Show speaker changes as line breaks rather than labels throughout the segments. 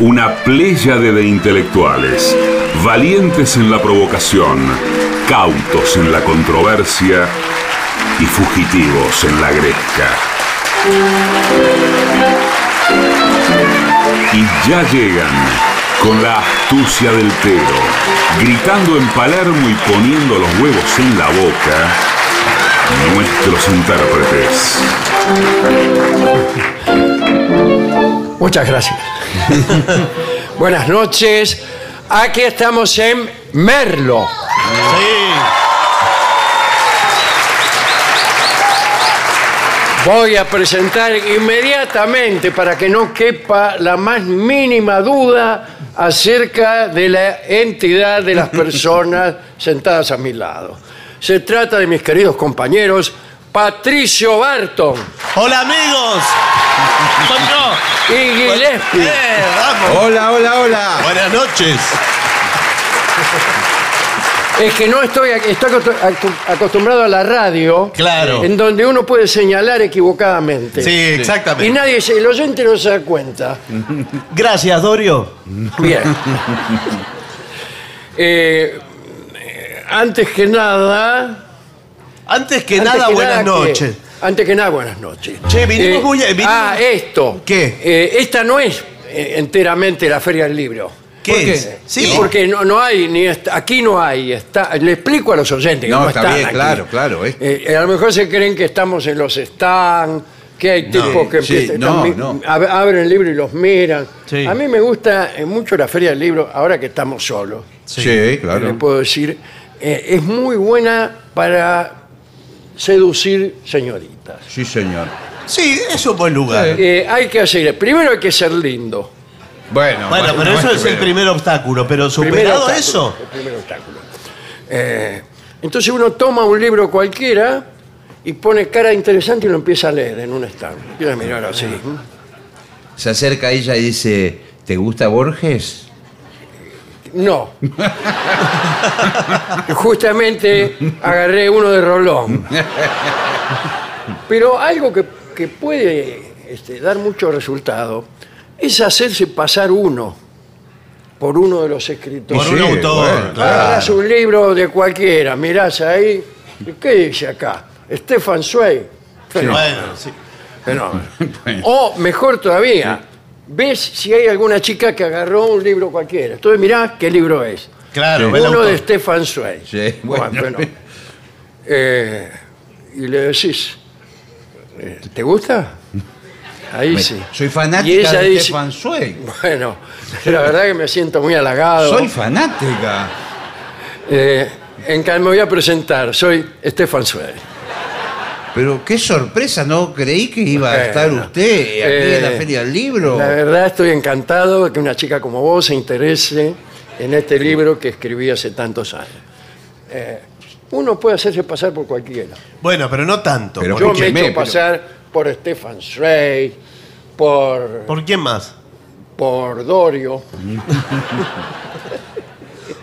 Una pléyade de intelectuales, valientes en la provocación, cautos en la controversia y fugitivos en la gresca. Y ya llegan con la astucia del tero, gritando en Palermo y poniendo los huevos en la boca, nuestros intérpretes.
Muchas gracias. Buenas noches. Aquí estamos en Merlo. Voy a presentar inmediatamente para que no quepa la más mínima duda acerca de la entidad de las personas sentadas a mi lado. Se trata de mis queridos compañeros Patricio Barton
Hola amigos. Soy yo.
y Gillespie.
Eh, vamos.
Hola, hola, hola.
Buenas noches.
Es que no estoy, ac- estoy acostu- acu- acostumbrado a la radio,
Claro.
en donde uno puede señalar equivocadamente.
Sí, exactamente.
Y nadie, se- el oyente no se da cuenta.
Gracias, Dorio.
Bien. Eh, antes que nada...
Antes que
antes
nada,
que nada,
buenas
¿qué?
noches.
Antes que nada, buenas noches.
Che, vinimos muy- eh, vinimos-
Ah, esto.
¿Qué?
Eh, esta no es eh, enteramente la Feria del Libro.
¿Qué es?
Y
Sí.
Porque no, no hay, ni esta- aquí no hay. Está, le explico a los oyentes que no,
No, está
están
bien,
aquí.
claro, claro, eh.
Eh, a lo mejor se creen que estamos en los stands, que hay tipos que
sí,
empiezan,
no,
están-
no.
ab- abren el libro y los miran.
Sí.
A mí me gusta eh, mucho la Feria del Libro, ahora que estamos solos,
Sí, claro.
le puedo decir. eh, es muy buena para seducir señoritas.
Sí, señor.
Sí, es un buen lugar.
Eh, hay que hacer, primero hay que ser lindo.
Bueno,
Bueno, pero eso es el primer obstáculo. Pero
Primer
superado
obstáculo,
eso.
el primer obstáculo. Eh, entonces uno toma un libro cualquiera y pone cara interesante y lo empieza a leer en un stand. Empieza a mirar así.
Se acerca a ella y dice, ¿te gusta Borges?
No. Justamente agarré uno de Rolón. Pero algo que, que puede este, dar mucho resultado es hacerse pasar uno por uno de los escritores.
Por un
sí,
autor.
bueno,
claro.
Agarrás un libro de cualquiera, mirás ahí. ¿y ¿Qué dice acá? Stefan Zweig. Fenómeno,
Bueno, sí.
fenómeno. O mejor todavía, ves si hay alguna chica que agarró un libro cualquiera. Entonces mirá qué libro es.
Claro, el
Uno
autor.
de Stefan Zweig.
Sí, bueno.
Eh, y le decís, eh, ¿te gusta? Ahí
Me-
sí.
Soy
Y
fanática
ella
de
dice-
Stefan Zweig.
Bueno, la verdad que me siento muy halagado.
Soy fanática.
Eh, en que me voy a presentar. Soy Estefan Zweig.
Pero qué sorpresa, no creí que iba a
Bueno.
estar usted aquí en
Eh,
la Feria del Libro.
La verdad estoy encantado de que una chica como vos se interese en este libro que escribí hace tantos años. Eh, uno puede hacerse pasar por cualquiera.
Bueno, pero no tanto.
Pero
¿Por,
Yo me he
escúcheme,
hecho
pero-
pasar por Stefan Zweig, por,
por quién más?
por Dorio.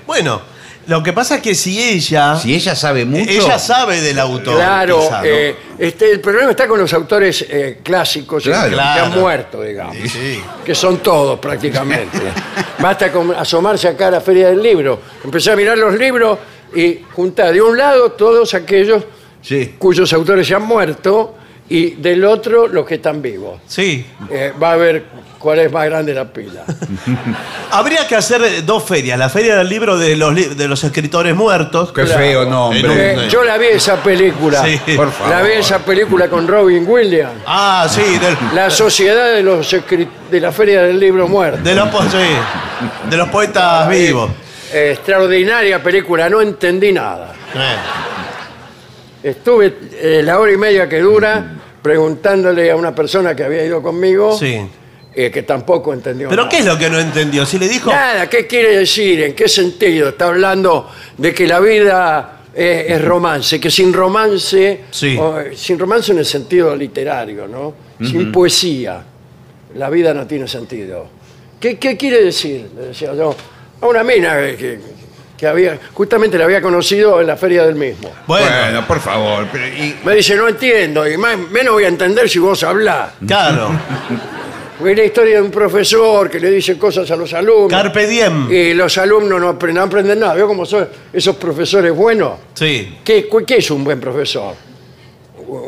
Bueno, lo que pasa es que si ella.
Si ella sabe mucho.
Ella sabe del autor.
claro,
quizá, ¿no?
eh, este, el problema está con los autores eh, clásicos y
Claro.
que han
Claro.
muerto, digamos.
Sí.
que son todos prácticamente. Basta con asomarse acá a la feria del libro, empezar a mirar los libros y juntar de un lado todos aquellos
Sí.
cuyos autores se han muerto y del otro los que están vivos.
Sí.
Eh, va a ver cuál es más grande la pila.
Habría que hacer eh, dos ferias. La feria del libro de los, li- de los escritores muertos.
Qué feo, no, hombre.
Eh, yo la vi esa película.
Sí.
Por favor.
La vi esa película con Robin Williams.
Ah, sí. del-
La sociedad de los escri- de la feria del libro muerto.
de, los, po- sí, de los poetas vivos.
Eh, extraordinaria película, no entendí nada.
Eh.
Estuve eh, la hora y media que dura preguntándole a una persona que había ido conmigo,
Sí.
eh, que tampoco entendió.
¿Pero
nada.
qué es lo que no entendió? Si le dijo.
Nada, ¿qué quiere decir? ¿En qué sentido? Está hablando de que la vida eh, es romance, que sin romance,
Sí.
o, eh, sin romance en el sentido literario, ¿no? Sin poesía, la vida no tiene sentido. ¿Qué, qué quiere decir? Le decía yo a una mina que- que, que había, justamente la había conocido en la feria del mismo.
Bueno,
Bueno, por favor. pero y-
Me dice, no entiendo, y más, menos voy a entender si vos hablás.
claro.
Porque es la historia de un profesor que le dice cosas a los alumnos.
Carpe diem.
y los alumnos no, apre- no aprenden nada. ¿Vio cómo son esos profesores buenos?
Sí.
¿Qué, cu- qué es un buen profesor?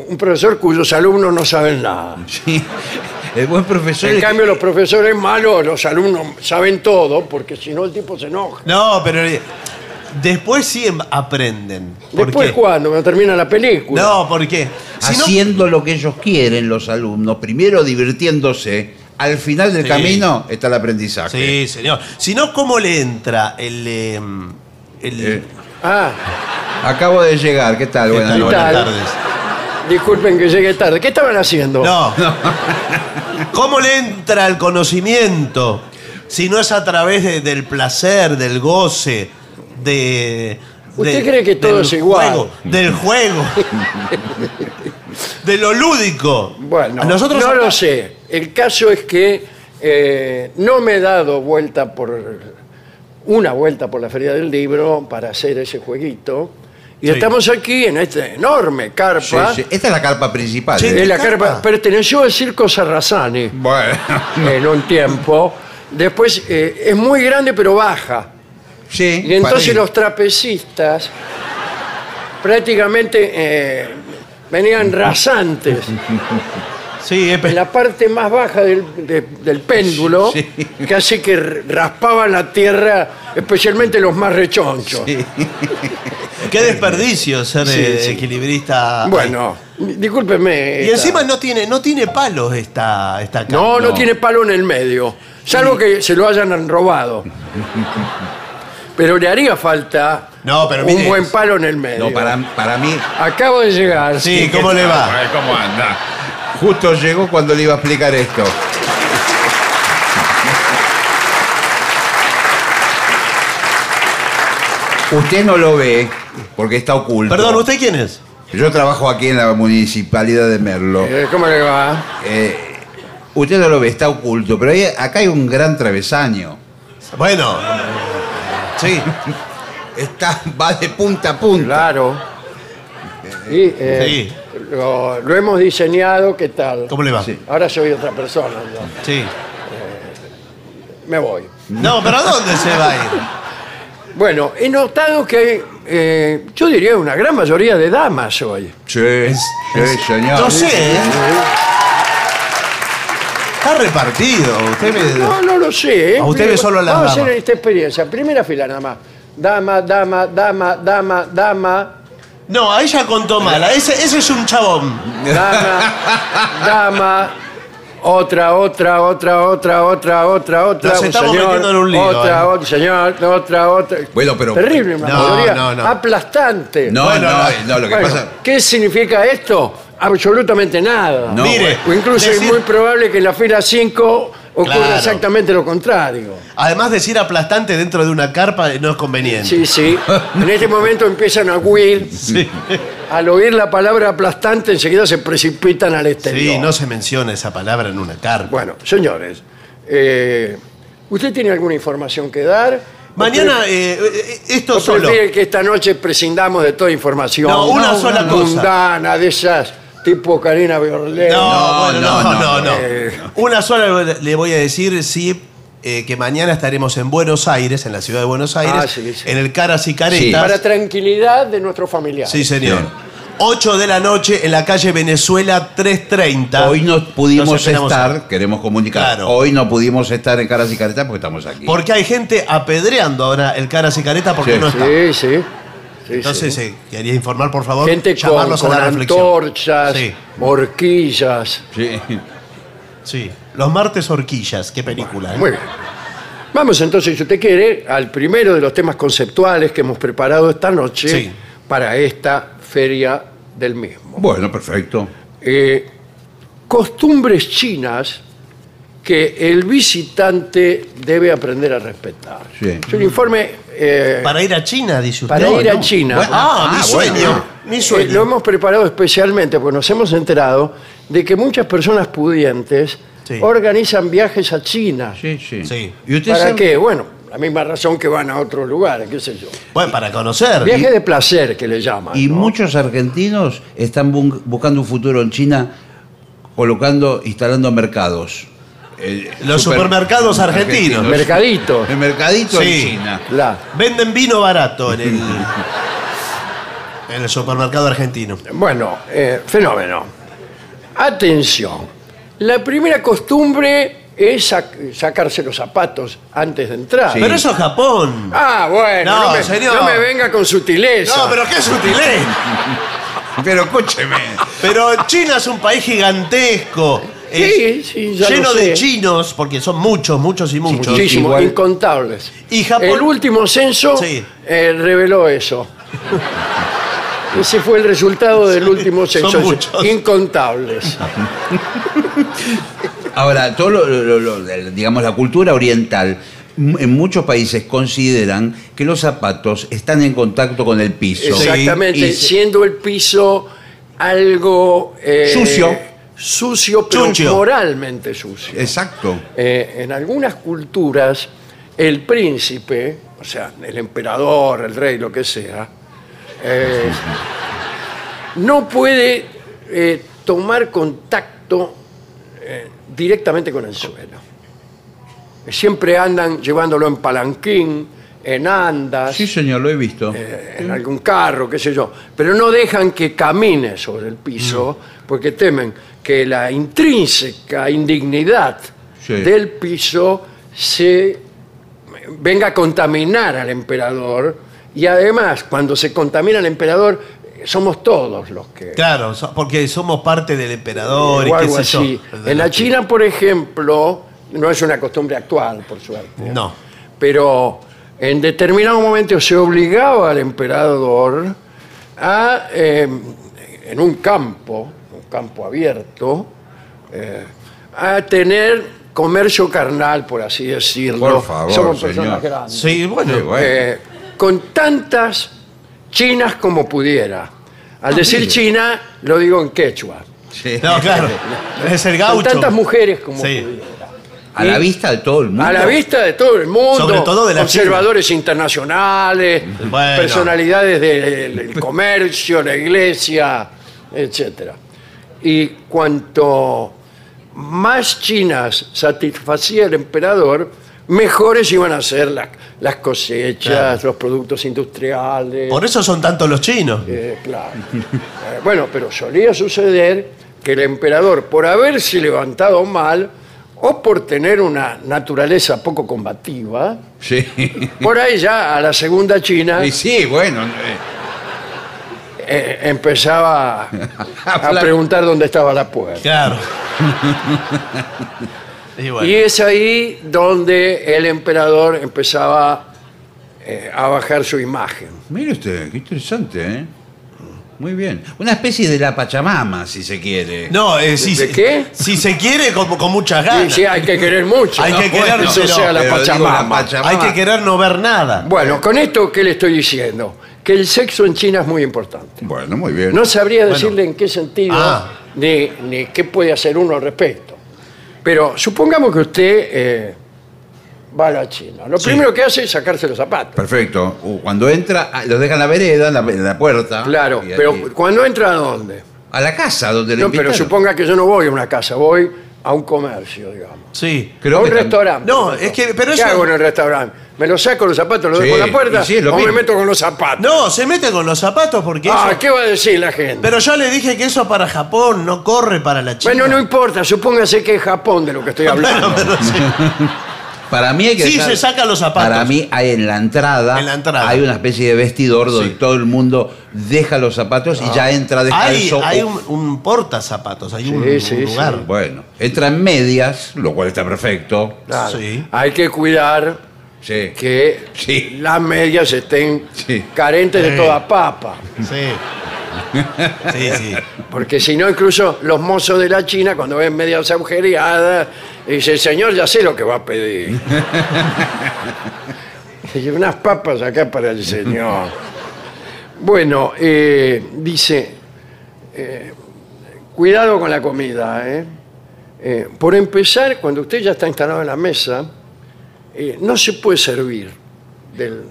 Un profesor cuyos alumnos no saben nada.
sí, el buen profesor.
En
es-
cambio, los profesores malos, los alumnos saben todo, porque si no el tipo se enoja.
No, pero eh, después sí em- aprenden. ¿Por
Después,
qué?
cuando Cuando termina la película.
No, ¿por qué? Si no-
haciendo lo que ellos quieren los alumnos, primero divirtiéndose, al final del
Sí.
camino está el aprendizaje.
Sí, señor. Si no, ¿cómo le entra el. em, el-
Eh,
Ah,
Acabo de llegar, ¿qué tal?
¿Qué
Buenas
tal?
noches.
Buenas
tal?
tardes.
disculpen que llegué tarde. ¿Qué estaban haciendo?
No. ¿Cómo le entra el conocimiento? Si no es a través de- del placer, del goce, de.
¿Usted
de-
cree que todo
del
es igual?
juego, del juego. de lo lúdico.
Bueno,
A nosotros
no lo sé. El caso es que eh, no me he dado vuelta por una vuelta por la Feria del Libro para hacer ese jueguito. Y
Sí.
estamos aquí en esta enorme
Sí,
carpa.
sí. Esta es la carpa principal.
Sí,
¿eh?
Es la
carpa.
carpa perteneció al Circo Sarrazani
Bueno,
en un tiempo. Después eh, es muy grande pero baja.
sí.
Y entonces
parece.
los trapecistas prácticamente eh, venían rasantes.
Sí, es pe-
en la parte más baja del, de- del péndulo, casi que raspaban la tierra, especialmente los más rechonchos.
qué desperdicio ser
Sí,
eh,
sí.
equilibrista.
Ah, Bueno, discúlpeme.
Y
esta-
encima no tiene, no tiene palos esta, esta carpa.
No, no, tiene palo en el medio, salvo que se lo hayan robado. Pero le haría falta
No, pero
un
mire-
buen palo en el medio.
No, para, para mí.
Acabo de llegar.
Sí, ¿cómo le va?
Ay, ¿Cómo anda? Justo llegó cuando le iba a explicar esto. Usted no lo ve porque está oculto.
Perdón, ¿usted quién es?
Yo trabajo aquí en la municipalidad de Merlo.
Eh, ¿Cómo le va?
Eh, usted no lo ve, está oculto, pero hay- acá hay un gran travesaño.
Bueno,
Sí. Está, va de punta a punta.
Claro. Y, eh, lo, lo hemos diseñado, ¿qué tal?
¿cómo le va?
Sí.
Ahora soy otra persona. yo.
Sí.
Me voy.
No, pero ¿a dónde se va a
Bueno, he notado que hay, eh, yo diría una gran mayoría de damas hoy.
Sí, sí,
ir?
señor.
No sé, ¿eh? Está repartido. Usted
No,
me...
no lo sé. ¿eh?
A usted ve solo a las
Vamos a
damas.
hacer esta experiencia. Primera fila nada más. Dama, dama, dama, dama, dama,
No, a ella contó mala. Ese, ese es un chabón.
dama, dama, otra, otra, otra, otra, otra, otra, otra.
Nos
un
estamos
señor,
metiendo en un lío,
Otra,
eh.
otra, señor, otra, otra.
Bueno, pero-
Terrible, una
No,
mayoría
no, no.
aplastante.
No,
Bueno,
no,
la-
no, lo que
Bueno,
pasa.
¿Qué significa esto? Absolutamente nada.
No,
Mire,
O incluso es
decir-
muy probable que en la fila 5 ocurra
Claro.
exactamente lo contrario.
además decir aplastante dentro de una carpa no es conveniente.
Sí, sí. En este momento empiezan a huir.
Sí.
Al oír la palabra aplastante, enseguida se precipitan al exterior.
Sí, no se menciona esa palabra en una carpa.
Bueno, señores, eh, ¿usted tiene alguna información que dar?
Mañana, eh, eh,
¿O
esto
pre- o
solo.
prefiere que esta noche prescindamos de toda información?
No, una sola cosa.
Mundana, de esas tipo Karina Berlé.
No,
No,
bueno, no,
no,
no, no, Eh,
no.
Una sola le voy a decir, sí, eh, que mañana estaremos en Buenos Aires, en la ciudad de Buenos Aires,
Ah, sí, sí.
en el Caras y
Para
Caretas.
tranquilidad de nuestros familiares.
Sí, señor. 8 de la noche en la calle Venezuela 330.
Hoy no pudimos
Nos esperamos.
estar, queremos comunicar.
Claro.
Hoy no pudimos estar en Caras y Caretas porque estamos aquí.
Porque hay gente apedreando ahora el Caras y Caretas porque
Sí.
no está.
sí. sí. Sí,
Entonces,
sí.
eh, quería informar, por favor,
Gente con,
llamarlos
con
a la reflexión.
antorchas,
Sí,
horquillas.
Sí.
sí. Los martes horquillas, qué película. ¿eh?
Muy bien. Vamos entonces, si usted quiere, al primero de los temas conceptuales que hemos preparado esta noche
Sí.
para esta feria del mismo.
Bueno, perfecto.
Eh, costumbres chinas que el visitante debe aprender a respetar.
Sí.
Es un informe eh,
Para ir a China, dice usted.
para
No,
ir a
no.
China.
Bueno, ah, mi
Ah, bueno.
sueño. Mi
Eh,
sueño.
lo hemos preparado especialmente porque nos hemos enterado de que muchas personas pudientes
Sí.
organizan viajes a China.
Sí, sí.
Sí.
¿Y usted
¿Para
sabe-
qué? Bueno, la misma razón que van a otro lugar, qué sé yo.
Bueno, para conocer.
Viaje de placer que le llaman.
Y
¿no?
muchos argentinos están bu- buscando un futuro en China colocando, instalando mercados. Eh,
Los supermercados argentinos.
Mercaditos.
El mercadito
Sí.
en China.
La-
Venden vino barato en el, en el supermercado argentino.
Bueno, eh, fenómeno. Atención. La primera costumbre es sac- sacarse los zapatos antes de entrar.
Sí.
Pero eso es Japón.
Ah, bueno, no,
No,
me,
señor.
no me venga con sutileza.
No, pero qué sutileza.
Pero escúcheme.
Pero China es un país gigantesco.
Sí,
es
sí, ya
lleno
lo sé.
de chinos, porque son muchos, muchos y muchos.
Muchísimos,
Igual-
incontables.
Y Japón-
El último censo
Sí.
eh, reveló eso. Ese fue el resultado del último censo.
muchos.
Incontables.
Ahora, todo lo- lo- lo- lo- digamos, la cultura oriental, m- en muchos países consideran que los zapatos están en contacto con el piso.
Exactamente,
Y se-
siendo el piso algo... eh,
Sucio.
Sucio, pero
Sucio.
moralmente sucio.
Exacto.
Eh, en algunas culturas, el príncipe, o sea, el emperador, el rey, lo que sea, eh, no puede eh, tomar contacto eh, directamente con el suelo. Siempre andan llevándolo en palanquín, en andas,
Sí, señor, lo he visto.
eh, en algún carro, qué sé yo, pero no dejan que camine sobre el piso
Mm.
porque temen que la intrínseca indignidad
Sí.
del piso se venga a contaminar al emperador y además cuando se contamina el emperador eh, somos todos los que
Claro, so- porque somos parte del emperador y
o
qué
algo
sé yo.
así. En la China, por ejemplo, no es una costumbre actual, por suerte
No.
pero en determinado momento se obligaba al emperador a, eh, en un campo, un campo abierto, eh, a tener comercio carnal, por así decirlo.
Por favor,
Somos
señor.
personas grandes.
Sí, bueno.
Sí, bueno.
Eh, con tantas chinas como pudiera.
Ah,
Al decir China, lo digo en quechua.
Sí.
No, claro. Es el
Con
gaucho.
tantas mujeres como
Sí.
pudiera.
A la vista de todo el mundo.
A la vista de todo el mundo.
Sobre todo de la
Observadores internacionales,
Bueno.
personalidades del, del comercio, la iglesia, etc. Y cuanto más chinas satisfacía el emperador, mejores iban a ser las, las cosechas,
Claro.
los productos industriales.
Por eso son tantos los chinos.
Eh, claro. Eh, bueno, pero solía suceder que el emperador, por haberse levantado mal o por tener una naturaleza poco combativa,
Sí.
por ahí ya a la segunda China
Y sí, bueno. eh,
eh, empezaba a
Hablar.
preguntar dónde estaba la puerta.
Claro. y bueno.
Y es ahí donde el emperador empezaba eh, a bajar su imagen.
Mire usted, qué interesante, ¿eh? Muy bien. Una especie de la Pachamama, si se quiere.
No, eh, si,
¿De
se-
qué?
si se quiere, como con muchas
Y
ganas.
sí, hay que querer mucho.
Ah, Hay que
¿no?
querer,
Eso
pero-
sea la
pero digo,
Pachamama.
la Pachamama.
Hay que querer no ver nada.
Bueno, con esto, ¿qué le estoy diciendo? Que el sexo en China es muy importante.
Bueno, muy bien.
No sabría decirle en qué sentido
Ah.
ni, ni qué puede hacer uno al respecto. Pero supongamos que usted eh, va a la China. Lo primero que hace es sacarse los zapatos.
Perfecto. Uh, cuando entra, ah, los deja en la vereda, en la, en la puerta.
Claro,
Y ahí-
pero cuando entra a dónde?
A la casa donde le
No, pero
invitaron.
suponga que yo no voy a una casa, voy a un comercio, digamos.
Sí.
Creo
a un
que tam-
restaurante.
No,
por ejemplo.
es que- pero
¿Qué
eso-
hago en el restaurante? ¿Me lo saco los zapatos, lo
Sí,
dejo en la puerta
y sí, es lo
o me
mismo.
meto con los zapatos?
No, se mete con los zapatos porque
ah,
eso-
¿qué va a decir la gente?
Pero yo le dije que eso para Japón no corre para la China.
bueno, no importa, supóngase que es Japón de lo que estoy hablando.
Bueno, pero sí.
Para mí hay que
Sí,
dejar-
se saca los zapatos.
Para mí hay en la entrada.
En la entrada.
Hay una especie de vestidor donde
Sí. Ah.
todo el mundo deja los zapatos y ya entra
Hay,
descalzo.
hay
o-
un, un porta zapatos, hay un,
Sí,
un
sí,
lugar.
Bueno, entra en medias, lo cual está perfecto.
Claro,
Sí.
Hay que cuidar
Sí.
que
Sí.
las medias estén
Sí.
carentes de
Sí.
toda papa.
Sí. Sí, sí.
Porque si no, incluso los mozos de la China, cuando ven medias agujereadas, dice, señor, ya sé lo que va a pedir. Y unas papas acá para el señor. Bueno, eh, dice, eh, cuidado con la comida. ¿eh? Eh, por empezar, cuando usted ya está instalado en la mesa, eh, no se puede servir del-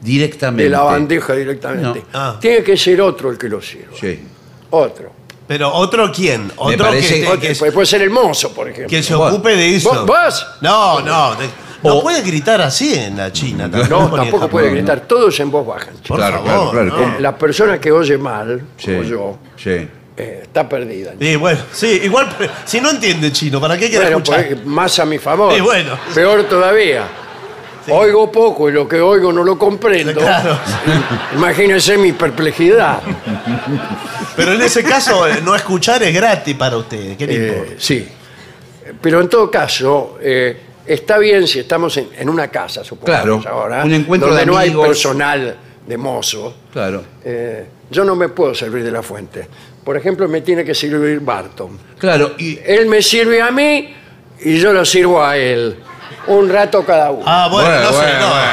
Directamente.
de la bandeja directamente.
No.
Ah.
Tiene que ser otro el que lo sirva.
Sí.
Otro.
Pero otro quién? Otro
parece-
que,
Otro,
que-
puede, puede ser el mozo, por ejemplo.
que se
Bueno.
ocupe de eso.
¿Vos- vos?
No, no. de- no
O-
puede gritar así en la China.
No,
ni en
tampoco
Japón.
puede gritar. Todos en voz baja.
Por
Claro,
favor,
claro, claro,
no.
¿cómo?
La persona que oye mal,
Sí.
como yo,
Sí.
eh, está perdida.
Sí, bueno, sí, igual, pero si no entiende chino, ¿para qué quiere
Bueno,
escuchar?
pues, más a mi favor.
Sí, bueno.
Peor todavía. Oigo poco y lo que oigo no lo comprendo.
Claro.
Imagínense mi perplejidad.
Pero en ese caso, eh, no escuchar es gratis para usted. ¿Qué le
Eh,
importa?
sí. Pero en todo caso, eh, está bien si estamos en, en una casa, supongamos
Claro,
ahora.
un encuentro
donde
de
no
amigos.
hay personal de mozo.
Claro.
Eh, yo no me puedo servir de la fuente. Por ejemplo, me tiene que servir Barton.
Claro. Y
Él me sirve a mí y yo lo sirvo a él. Un rato cada uno.
Ah, bueno,
Bueno,
no sé,
bueno,
no.
bueno.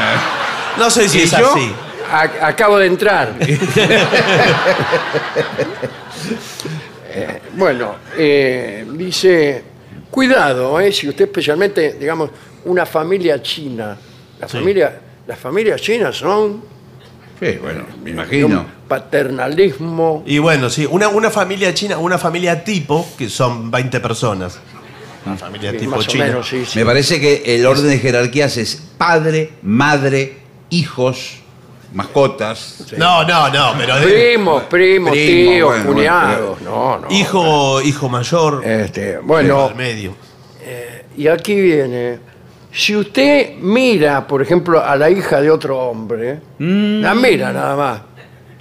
No sé si
¿Y
es
yo?
así.
A- acabo de entrar. Eh, bueno, eh, dice, cuidado, eh, si usted especialmente, digamos, una familia china. La familia, las familias chinas son
sí, bueno,
de
me
un
imagino.
paternalismo.
Y bueno, sí, una, una familia china, una familia tipo, que son 20 personas. Una familia
eh,
tipo
más o
china.
menos, sí, sí.
Me parece que el orden de jerarquías es padre, madre, hijos, mascotas.
No, no, no, pero de-
Primos, primos,
Primo,
tíos,
bueno, bueno,
cuñados. no, no.
hijo, hijo mayor,
Este,
hijo
bueno,
del medio.
y aquí viene. Si usted mira, por ejemplo, a la hija de otro hombre,
Mm.
la mira nada más,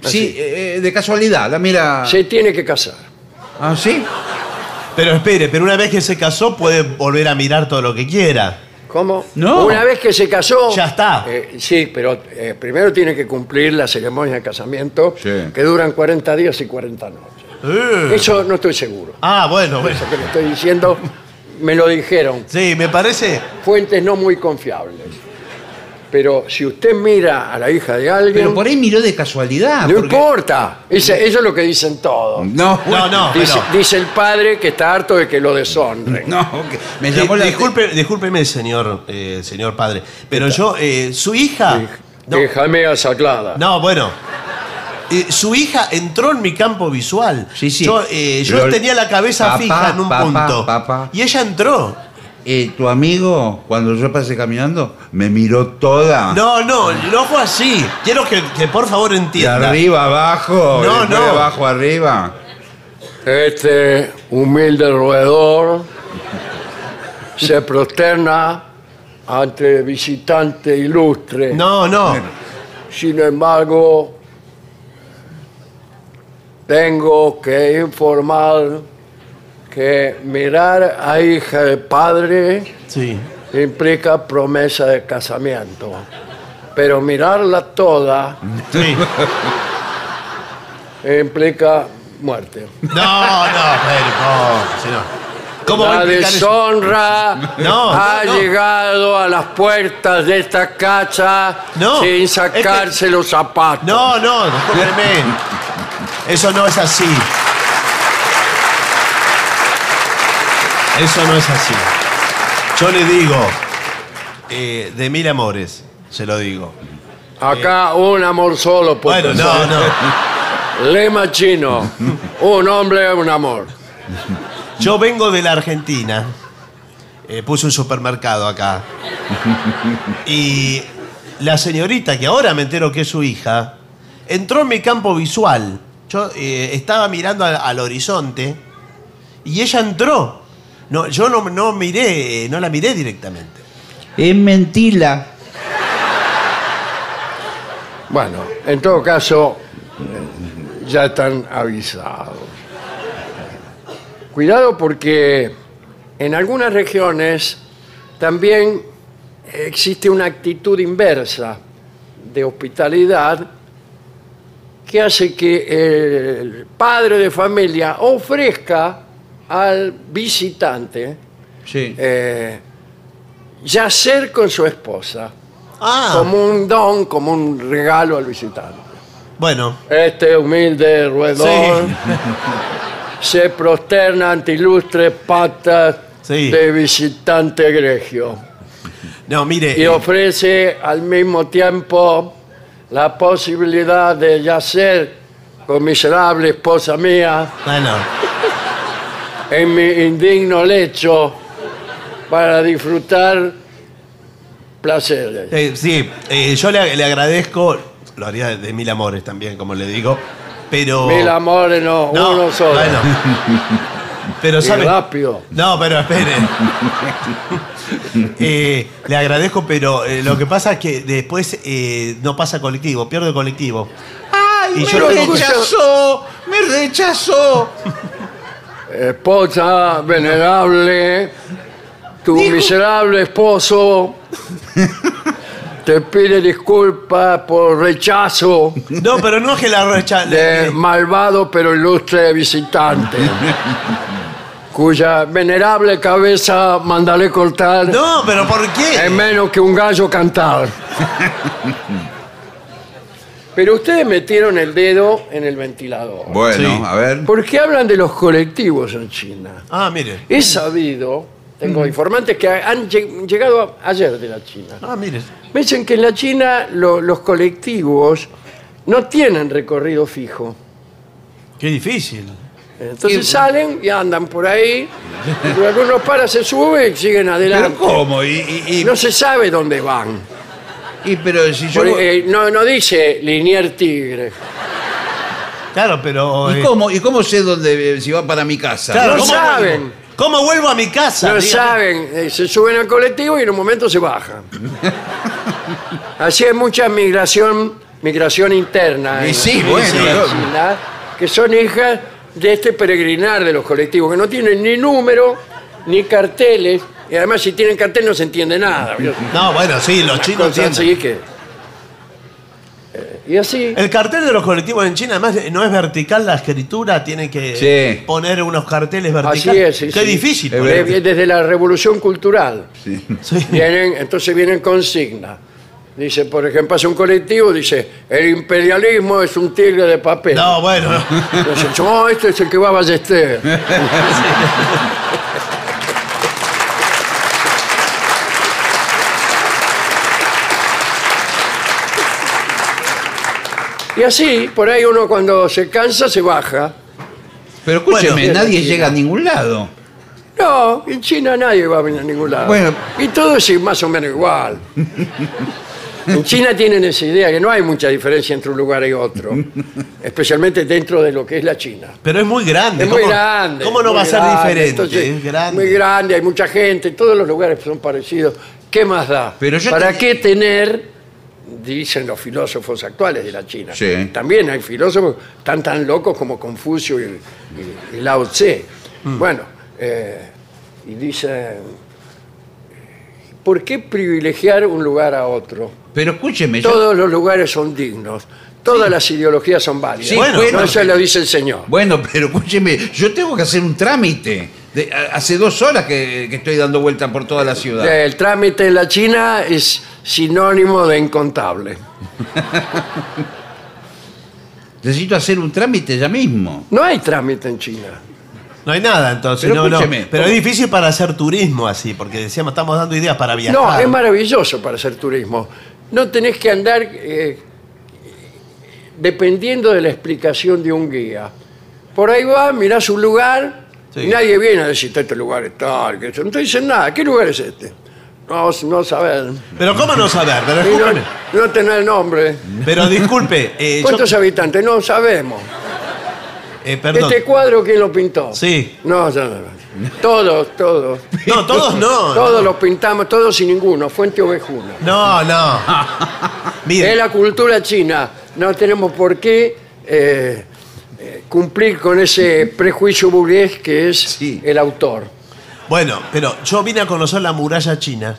Sí, eh, de casualidad, la mira.
se tiene que casar.
Ah, sí.
Pero espere, pero una vez que se casó puede volver a mirar todo lo que quiera.
¿Cómo?
No.
Una vez que se casó.
Ya está.
Eh, sí, pero eh, primero tiene que cumplir la ceremonia de casamiento,
Sí.
que duran 40 días y 40 noches.
Eh.
Eso no estoy seguro.
Ah, bueno, bueno.
Lo que le estoy diciendo, me lo dijeron.
Sí, me parece.
Fuentes no muy confiables. Pero si usted mira a la hija de alguien.
Pero por ahí miró de casualidad.
No
porque-
importa. Ese- eso es lo que dicen todos.
No,
No, no,
dice,
pero.
dice el padre que está harto de que lo deshonren.
No, Eh, que- me
Di-
llamó la
eh, disculpe, discúlpeme, señor, eh, señor padre. Pero yo, eh, su hija. No,
Déjame aclarada.
no, bueno. Eh, su hija entró en mi campo visual.
Sí, sí.
Yo, eh, yo
Pero-
tenía la cabeza
Papá,
fija en un
papá,
punto.
papá.
Y ella entró.
Eh, tu amigo, cuando yo pasé caminando, me miró toda.
No, no, no fue así. Quiero que, que por favor
De
entienda.
arriba abajo.
No,
después
no.
De abajo arriba.
Este humilde roedor se prosterna ante visitante ilustre.
No, no.
Sin embargo, tengo que informar que mirar a hija de padre
Sí.
implica promesa de casamiento. Pero mirarla toda
Sí.
implica muerte.
No, no, pero no, si no. ¿Cómo va
La
a implicar eso?
deshonra
No,
ha
no, no.
llegado a las puertas de esta casa
No,
sin
es que-
sacarse los zapatos.
No, no, discúlpeme. Eso no es así. Eso no es así. Yo le digo, eh, de mil amores, se lo digo.
Acá un amor solo. pues,
Bueno, no, no.
Lema chino. Un hombre, un amor.
Yo vengo de la Argentina. Eh, puse un supermercado acá. Y la señorita, que ahora me entero que es su hija, entró en mi campo visual. Yo eh, estaba mirando al, al horizonte y ella entró. No, yo no, no miré, eh, no la miré directamente.
Es mentira.
Bueno, en todo caso, eh, ya están avisados. Cuidado porque en algunas regiones también existe una actitud inversa de hospitalidad que hace que el padre de familia ofrezca al visitante
Sí.
eh, yacer con su esposa
Ah,
como un don, como un regalo al visitante.
bueno.
Este humilde roedor
Sí.
se prosterna ante ilustres patas
Sí.
de visitante egregio
No, mire.
y
eh,
ofrece al mismo tiempo la posibilidad de yacer con miserable esposa mía
bueno,
en mi indigno lecho para disfrutar placeres.
eh, sí, eh, yo le, le agradezco, lo haría de, de mil amores también, como le digo, pero...
Mil amores, no, uno solo.
Bueno. Pero
Y
sabe.
rápido.
No, pero espere. Eh, le agradezco, pero eh, lo que pasa es que después eh, no pasa colectivo, pierdo colectivo.
¡Ay,
Y
me
yo lo escucho.
rechazó! ¡Me rechazó!
Esposa venerable, tu
Dijo-
miserable esposo te pide disculpas por rechazo
No, pero no es que la recha. eh,
de malvado pero ilustre visitante, cuya venerable cabeza mandaré cortar
No, pero ¿por
es
qué?
menos que un gallo cantar. Pero ustedes metieron el dedo en el ventilador.
Bueno,
Sí.
a ver.
¿Por qué hablan de los colectivos en China?
Ah, mire.
He sabido,
Mm.
tengo informantes que han lleg- llegado a- ayer de la China.
Ah, mire.
Me dicen que en la China lo- los colectivos no tienen recorrido fijo.
Qué difícil.
Entonces salen y andan por ahí, y algunos para, se suben y siguen
¿Pero
adelante.
cómo? Y, y- y-
No se sabe dónde van.
y- pero si yo.
Por- eh, no, no dice Linier Tigre.
Claro, pero.
¿Y
eh,
cómo? ¿Y cómo sé dónde eh, si va para mi casa?
claro,
No
¿cómo
saben.
vuelvo? ¿Cómo vuelvo a mi casa?
No
Dígame.
saben, eh, se suben al colectivo y en un momento se bajan. Así hay mucha migración, migración interna.
Y
en-
sí,
en
bueno,
China,
claro.
que son hijas de este peregrinar de los colectivos, que no tienen ni número, ni carteles, y además si tienen cartel no se entiende nada.
No, bueno, sí, los chinos
Cosas
tienen.
así que- Eh, y así,
El cartel de los colectivos en China, además, no es vertical la escritura, tienen que
Sí.
poner unos carteles verticales.
así es. sí,
Qué
sí.
difícil.
Es
poner-
verdad.
Eh, Desde la revolución cultural.
Sí.
Vienen, entonces vienen consignas. Dice, por ejemplo, hace un colectivo, dice, el imperialismo es un tigre de papel.
No, bueno. no.
Entonces, "No, este es el que va a Ballester. y así, por ahí uno cuando se cansa se baja.
Pero escúcheme,
Bueno.
nadie llega a ningún lado.
No, en China nadie va a venir a ningún lado.
Bueno.
Y todo es más o menos igual. en China tienen esa idea que no hay mucha diferencia entre un lugar y otro, especialmente dentro de lo que es la China.
Pero es muy grande.
Es muy
¿Cómo-
grande.
¿Cómo no
muy
va a ser
grande,
diferente?
entonces,
es grande.
Muy grande, hay mucha gente, todos los lugares son parecidos. ¿Qué más da?
Pero yo
¿Para
tenía-
qué tener dicen los filósofos actuales de la China.
Sí.
También hay filósofos tan tan locos como Confucio y, y- y Lao Tse.
Mm.
Bueno, eh, y dicen, ¿por qué privilegiar un lugar a otro?
Pero escúcheme, yo-
Todos los lugares son dignos, todas las ideologías son válidas.
Sí,
bueno,
bueno,
eso lo dice el señor.
Bueno, pero escúcheme, yo tengo que hacer un trámite. De- a- hace dos horas que, que estoy dando vueltas por toda la ciudad.
El trámite en la China es sinónimo de incontable.
Necesito hacer un trámite ya mismo.
No hay trámite en China.
No hay nada entonces.
Pero
no, no.
escúcheme,
Pero es
¿cómo?
difícil para hacer turismo así, porque decíamos, estamos dando ideas para viajar.
No, es maravilloso para hacer turismo. No tenés que andar eh, dependiendo de la explicación de un guía. Por ahí vas, mirás un lugar
Sí.
y nadie viene a decirte este lugar es tal, que eso. No te dicen nada. ¿Qué lugar es este? No, no saber.
Pero cómo no saber, pero
Y
discúlpeme.
No, no tener nombre.
Pero disculpe, eh, yo-
¿Cuántos habitantes? No sabemos.
eh, perdón.
Este cuadro, ¿quién lo pintó?
Sí.
No, no, no. no. Todos, todos.
No, todos no.
Todos los pintamos, todos y ninguno. Fuente Ovejuna.
No, no.
Es
Mire,
la cultura china. No tenemos por qué eh, eh, cumplir con ese prejuicio burgués que es
Sí.
el autor.
bueno, pero yo vine a conocer la muralla china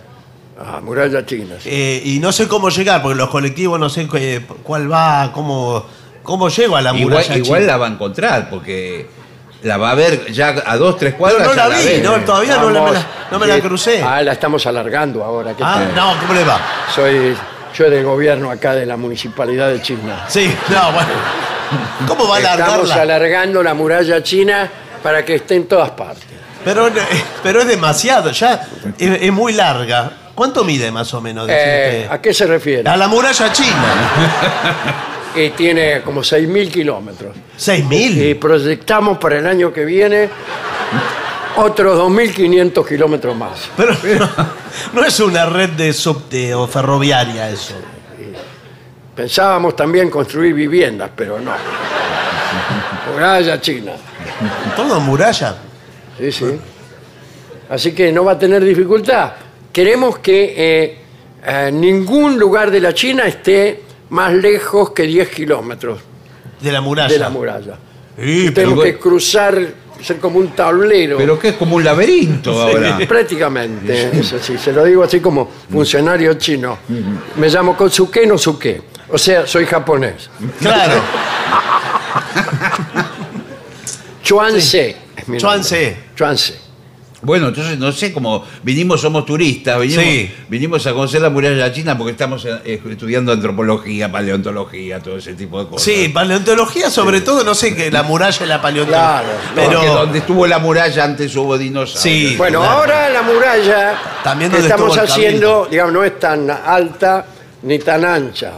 Ah, muralla china. sí.
eh, y no sé cómo llegar, porque los colectivos no sé qué- cuál va, cómo, cómo llego a la muralla
Igual,
china.
igual la va a encontrar, porque la va a ver ya a dos, tres
Pero
cuadras.
no
ya
la vi,
ve.
no, todavía no, la- me
Vamos,
la, no me la
eh,
crucé.
Ah, la estamos alargando ahora. ¿qué
Ah,
tal?
no, ¿cómo le va?
Soy yo del gobierno acá de la municipalidad de China.
Sí, no, bueno. ¿Cómo va a
Estamos
alargarla?
alargando la muralla china para que esté en todas partes.
Pero, no- pero es demasiado, ya es, es muy larga. ¿Cuánto mide más o menos?
Eh,
dice
¿A
usted?
qué se refiere?
A la muralla china.
Y tiene como 6.000 kilómetros. Y
¿Seis mil?
proyectamos para el año que viene otros 2.500 kilómetros más.
Pero no, no es una red de subte o ferroviaria eso.
Pensábamos también construir viviendas, pero no. Muralla china.
Todo muralla.
Sí, sí. Así que no va a tener dificultad. Queremos que eh, eh, ningún lugar de la China esté más lejos que 10 kilómetros
De la muralla.
de la muralla.
Sí, pero-
Tenemos que cruzar, ser como un tablero.
Pero que es como un laberinto ahora.
Prácticamente, eso sí, se lo digo así como funcionario chino. Me llamo Kosuke no Suke, o sea, soy japonés.
claro.
Chuanse. es mi nombre.
Chuanse.
Chuanse.
Bueno, entonces no sé cómo vinimos, somos turistas, vinimos,
Sí.
vinimos a conocer la muralla china porque estamos eh, estudiando antropología, paleontología, todo ese tipo de cosas.
Sí, paleontología sobre todo, no sé, que la muralla y la paleontología.
Claro,
Porque
pero
donde estuvo la muralla antes hubo dinosaurios.
Sí.
Bueno,
claro.
ahora la muralla
También
que
donde
estamos
estuvo el
haciendo, digamos, no es tan alta ni tan ancha.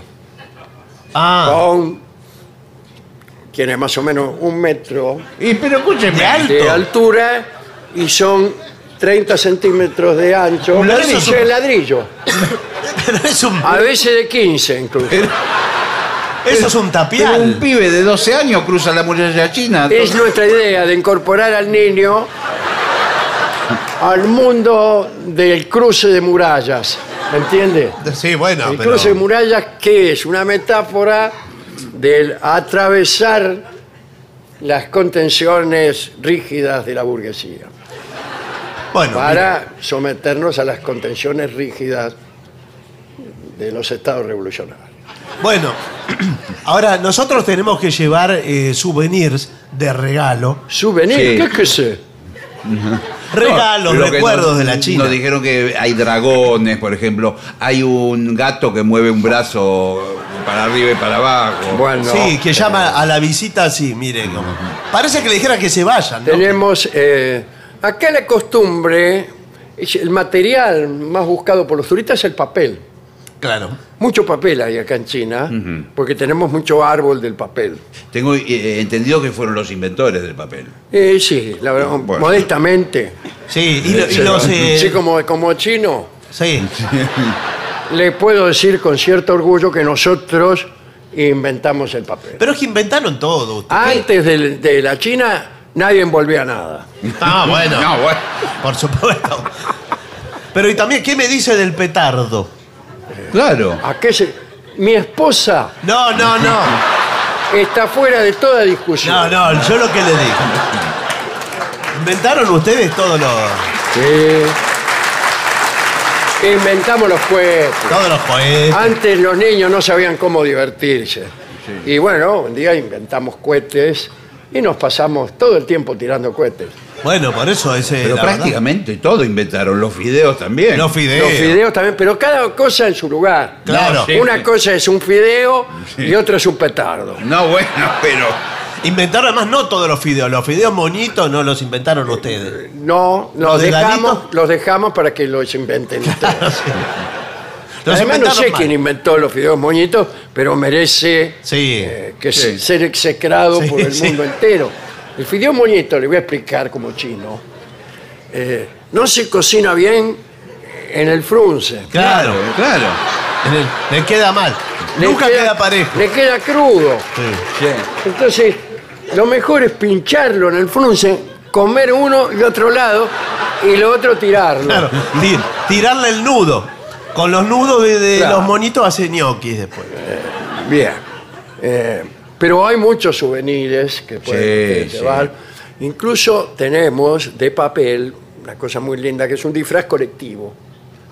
ah,
Son, tiene más o menos un metro
Y, pero escúcheme,
De alto.
de altura y son 30 centímetros de ancho.
Un ladrillo.
Eso es ladrillo.
pero es un,
A veces de 15 incluso.
eso es un
pero un
tapial.
pibe de 12 años cruza la muralla china.
Eh,
Es nuestra idea de incorporar al niño al mundo del cruce de murallas. ¿Me entiendes?
Sí, bueno,
el
pero
cruce de murallas, que es? Una metáfora del atravesar las contenciones rígidas de la burguesía
bueno, mire,
para someternos a las contenciones rígidas de los estados revolucionarios.
bueno. Ahora nosotros tenemos que llevar eh, souvenirs de regalo,
Souvenir,
Sí.
¿qué es que sé?
regalos,
Lo que
recuerdos
nos-
de la China.
Nos dijeron que hay dragones, por ejemplo. Hay un gato que mueve un brazo para arriba y para abajo.
Bueno,
Sí, que llama a la visita así, mire. como- Parece que le dijera que se vayan, ¿no?
Tenemos eh, acá la costumbre, es el material más buscado por los turistas es el papel.
Claro.
Mucho papel hay acá en China, porque tenemos mucho árbol del papel.
Tengo eh, entendido que fueron los inventores del papel.
Eh, sí, la verdad,
Bueno.
modestamente.
Sí, y, lo- y los... eh,
Sí, como, como chino,
sí.
le puedo decir con cierto orgullo que nosotros inventamos el papel.
Pero es que inventaron todo. usted.
Antes del- de, la China, nadie envolvía nada.
Ah, bueno.
No, bueno.
Por supuesto. Pero y también, ¿qué me dice del petardo?
Claro.
Eh,
¿A qué se.? Mi esposa
No, no, no.
está fuera de toda discusión.
No, no, yo lo que le digo. Inventaron ustedes todo lo,
Sí. Inventamos los juegos.
todos los poetas.
Antes los niños no sabían cómo divertirse. Y bueno, un día inventamos cohetes y nos pasamos todo el tiempo tirando cohetes.
Bueno, por eso ese.
Pero
la verdad.
prácticamente todo inventaron, los fideos también.
Los fideos.
Los fideos también, pero cada cosa en su lugar.
Claro.
Sí,
Una
sí.
cosa es un fideo y otra es un petardo.
No, bueno, pero.
Inventaron además no todos los fideos. Los fideos monitos no los inventaron ustedes.
No, los,
¿Los de
dejamos,
Danito?
los dejamos para que los inventen ustedes. Además,
Los
no
inventaron
sé
mal.
quién inventó los fideos moñitos, pero merece
Sí.
eh, que
Sí.
ser execrado
Sí,
por el
sí.
mundo entero. El fideo moñito, le voy a explicar como chino, eh, no se cocina bien en el frunce.
Claro.
Claro.
En el- Le queda mal.
Le
Nunca queda, parejo.
Le queda crudo.
Sí.
Entonces, lo mejor es pincharlo en el frunce, comer uno y otro lado, y lo otro tirarlo.
Claro. Ti- Tirarle el nudo. Con los nudos de, de
Claro.
los monitos hace ñoquis después.
Bien. Eh, pero hay muchos souvenirs que pueden
Sí,
llevar. Incluso tenemos de papel una cosa muy linda que es un disfraz colectivo.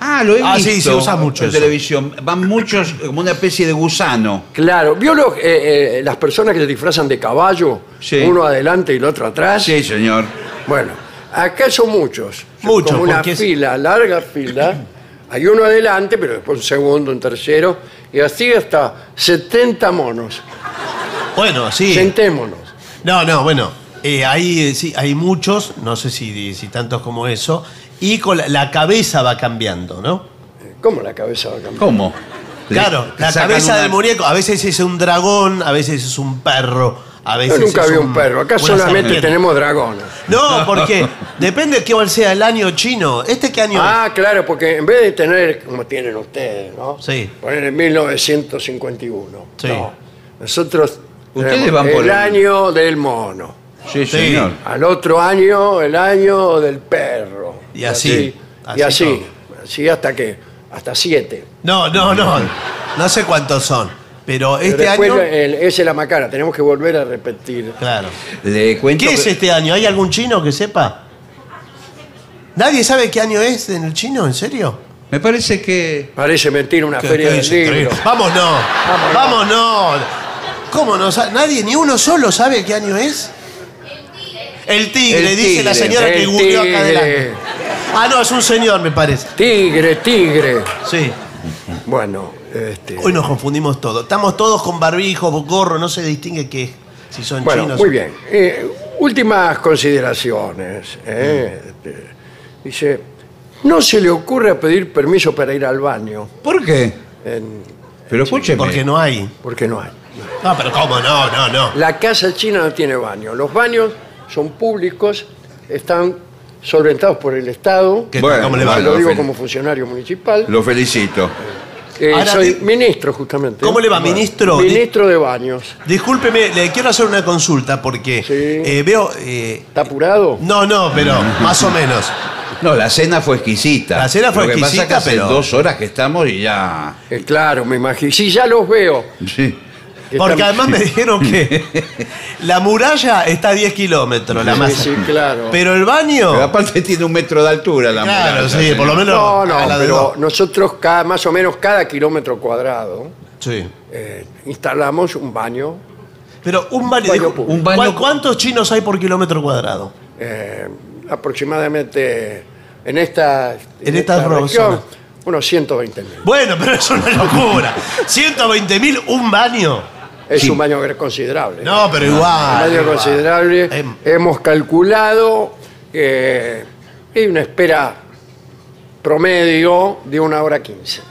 Ah, lo he
Ah, sí,
visto.
se usa mucho
En
eso.
televisión. Van muchos como una especie de gusano.
Claro, ¿vio los, eh, eh, las personas que se disfrazan de caballo?
Sí.
Uno adelante y el otro atrás.
Sí, señor.
Bueno, acá son muchos. Son
Muchos,
Como una
porque es-
fila, larga fila. Hay uno adelante, pero después un segundo, un tercero. Y así hasta 70 monos.
Bueno, sí.
Sentémonos.
No, no, bueno. eh, hay, eh, sí, hay muchos, no sé si, si tantos como eso, y con la, la cabeza va cambiando, ¿no?
¿Cómo la cabeza va a cambiar?
¿Cómo? Le-
Claro, la
sacan
cabeza
una-
del muñeco, a veces es un dragón, a veces es un perro, a
Yo
veces
nunca
es
vi un perro. Acá
una
solamente
serpiente.
tenemos dragones.
No, porque depende de cuál sea el año chino. ¿Este qué año
Ah, claro, porque en vez de tener, como tienen ustedes, ¿no?
Sí.
Poner en 1951.
Sí.
No. Nosotros
Ustedes
tenemos
van por
el
el-
año del mono.
Sí,
Sí.
señor.
Al otro año, el año del perro.
Y así,
y
así
así. Así hasta que, hasta siete.
es? No, no, no. No sé cuántos son. Pero
Pero
este
después eh,
año.
el- ese es la macana, tenemos que volver a repetir.
Claro.
Le cuento.
¿Qué es
que-
este año? ¿Hay algún chino que sepa? ¿Nadie sabe qué año es en el chino? ¿En serio?
Me parece que.
Parece mentir una
¿Qué-
feria
qué
del
es este?
libro.
Vamos, no.
Vamos,
Vamos, no. ¿Cómo no sabe? Nadie, ni uno solo sabe qué año es. El tigre,
El
dice la
tigre,
señora que
el
googleó acá
tigre.
adelante. Ah, no, es un señor, me parece.
Tigre, tigre.
Sí.
Bueno, este.
Hoy nos confundimos todos. Estamos todos con barbijo, gorro, no se distingue qué es. Si son
Bueno,
chinos.
muy bien. Eh, últimas consideraciones. ¿eh? Este, Dice, no se le ocurre pedir permiso para ir al baño,
¿Por qué?
en-
Pero escúcheme.
Porque no hay.
porque no hay.
No, pero ¿cómo? No, no, no.
La casa china no tiene baño. Los baños son públicos, están solventados por el Estado.
¿Qué-
Bueno,
¿Cómo le va?
bueno,
Lo digo
Felipe.
como funcionario municipal.
Lo felicito.
Eh,
Ahora
soy
di-
ministro, justamente.
¿Cómo le va, ministro?
Ministro de baños.
Discúlpeme, le quiero hacer una consulta porque
Sí.
eh, veo. eh,
¿Está apurado?
no, no, pero más o menos.
No, la cena fue exquisita.
La cena fue
Lo que
exquisita,
pasa es que hace
pero-
dos horas que estamos y ya.
Eh, claro, me imagino. Sí, ya los veo.
Sí.
que
Porque
están-
además me dijeron que la muralla está a 10 kilómetros, la
Sí,
masa.
sí, claro.
Pero el
Pero
baño.
aparte tiene un metro de altura la
Claro,
muralla,
sí, por lo menos.
No, no,
a la de
pero
dos.
nosotros cada, más o menos cada kilómetro cuadrado
Sí.
eh, instalamos un baño.
Pero un baño.
Baño
dijo-
público.
Un baño-
¿cu- ¿Cuántos chinos hay por kilómetro cuadrado?
eh, aproximadamente en esta,
En esta zona.
unos 120 mil.
Bueno, pero es una locura. 120 mil, un baño.
Es
Sí.
un baño considerable.
No, pero
un
igual.
baño
igual.
considerable.
Em,
Hemos calculado que hay una espera promedio de una hora quince.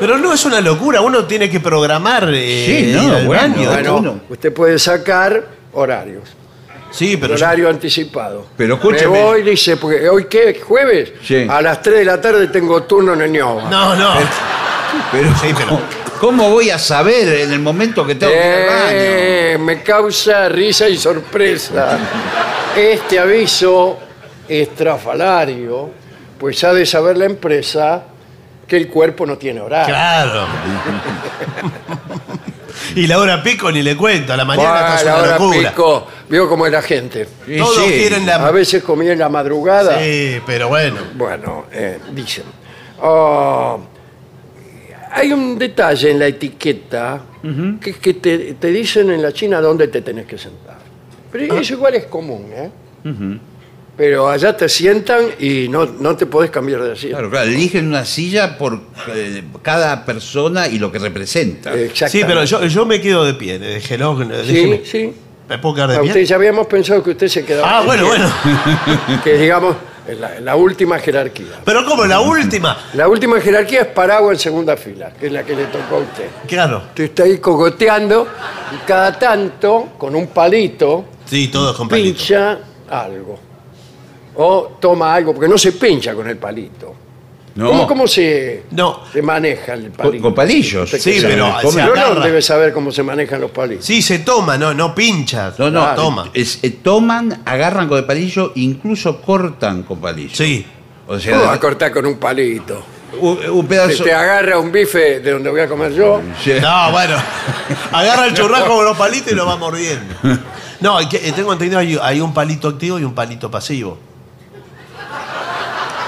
Pero no es una locura, uno tiene que programar eh,
Sí, no,
ir al
bueno,
baño.
bueno.
Bueno,
uno.
usted puede sacar horarios.
Sí, pero yo-
horario anticipado.
Pero
Me
escúcheme.
voy, dice, porque hoy qué, jueves,
Sí.
a las 3 de la tarde tengo turno en el Ñoba.
No, no.
Pero,
Sí, pero-
¿cómo, cómo voy a saber en el momento que tengo que ir al baño?
Eh, me causa risa y sorpresa este aviso estrafalario, pues ha de saber la empresa que el cuerpo no tiene horario.
Claro. Y la hora pico ni le cuento, a la mañana
Buah,
está
la
una
hora
locura.
pico. Vio cómo era gente.
Y
Todos
sí.
quieren
A
la.
veces comía en la madrugada.
Sí, pero bueno.
Bueno, eh, dicen. oh, hay un detalle en la etiqueta que, que te, te dicen en la China dónde te tenés que sentar. Pero eso igual es común, ¿eh? Pero allá te sientan y no, no te podés cambiar de silla.
Claro, claro, eligen una silla por eh, cada persona y lo que representa.
Eh,
Sí, pero
Exactamente.
yo, yo me quedo de pie. Déjelo.
Sí,
déjeme.
sí.
¿Me puedo quedar
A
de
usted
pie?
ya habíamos pensado que usted se quedaba.
Ah, bueno, bueno.
Que digamos, en la, en la última jerarquía.
Pero como la última.
La última jerarquía es Paraguay en segunda fila, que es la que le tocó a usted.
Claro.
Usted está ahí cogoteando y cada tanto, con un palito,
Sí, todos con palito.
pincha algo. O toma algo, porque no se pincha con el palito.
No.
¿Cómo, cómo se,
No.
se maneja el
Con,
palito?
con palillos.
Sí,
Se
pero-
come-
se
Yo no
agarra.
debe saber cómo se manejan los palitos.
Sí, se toma, no, no pincha.
No, no,
Toma.
es- eh, toman, agarran con el palillo, incluso cortan con palillo.
Sí.
O
¿Cómo va
sea,
a cortar con un palito?
un, un
Oh, Se
pedazo.
te agarra un bife de donde voy a comer yo.
Sí.
No, bueno. Agarra el churrasco con los palitos y lo va mordiendo. No, es que, eh, tengo entendido hay, hay un palito activo y un palito pasivo.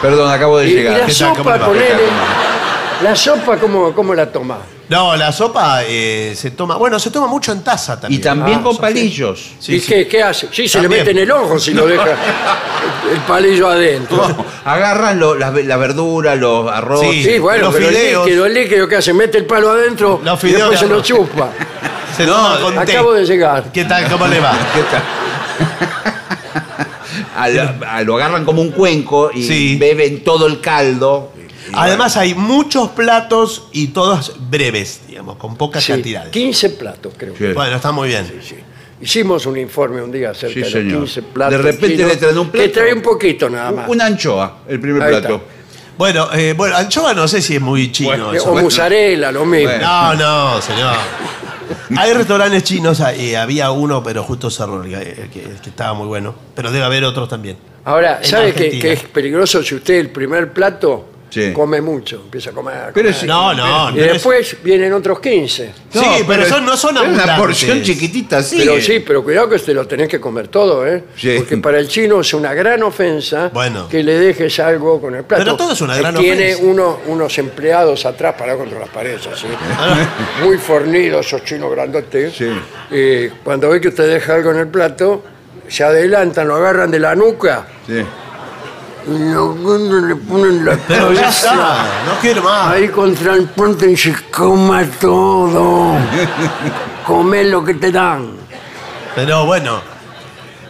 Perdón, acabo de
Y, y
llegar.
la
¿Qué tal? ¿Cómo
sopa,
le va?
ponele,
¿Qué
La sopa, ¿cómo, cómo la tomás?
No, la sopa eh, se toma. Bueno, se toma mucho en taza
Y
también.
también
Ah,
con
Sofía.
palillos.
Sí,
¿Y
sí.
Qué, qué hace? Sí, se le
También.
mete en el ojo si lo deja el palillo adentro.
Agarran lo- las ve- la, verdura, los arroz.
Sí.
Sí, bueno,
Los
pero
fideos.
el líquido, el líquido que hace, mete el palo adentro
Los
y después
fideos
se
de
lo
arroz.
chupa.
Se toma con té.
Acabo de llegar.
¿Qué tal? ¿Cómo le va?
¿Qué tal? A la- a- lo agarran como un cuenco y
Sí.
beben todo el caldo.
Además hay muchos platos y todos breves, digamos, con pocas
Sí,
cantidades.
15 platos, creo.
Sí.
Bueno, está muy bien.
Sí. Hicimos un informe un día acerca
Sí,
de
señor.
los 15 platos.
De repente
chinos,
le traen un plato.
Que trae un poquito nada más.
Una anchoa, el primer
Ahí
plato.
Bueno, eh, bueno, anchoa no sé si es muy chino
Bueno,
eso.
Eh, o mozzarella, lo mismo.
Bueno.
No, no, señor. Hay restaurantes chinos, eh, había uno, pero justo cerró, el que, el que- el que estaba muy bueno. Pero debe haber otros también.
Ahora,
En
¿sabe que,
Argentina.
que es peligroso si usted el primer plato
Sí.
come mucho? Empieza a comer. a
Pero
comer.
sí.
No, no,
y
no es-
después vienen otros 15.
Sí, pero son- no son
es Una
abundantes.
porción chiquitita, sí.
Pero sí, pero cuidado que te lo tenés que comer todo, ¿eh?
Sí.
Porque para el chino es una gran ofensa
Bueno.
que le dejes algo con el plato.
Pero todo es una gran
Tiene
ofensa.
uno- unos empleados atrás parados contra las paredes, así.
Ah.
Muy fornidos, esos chinos grandotes.
Sí.
Y cuando ve que usted deja algo en el plato, se adelantan, lo agarran de la nuca
Sí.
y lo le ponen la
Pero ya
cabeza.
está, no quiero más.
Ahí contra el puente y se coma todo. Come lo que te dan.
Pero bueno,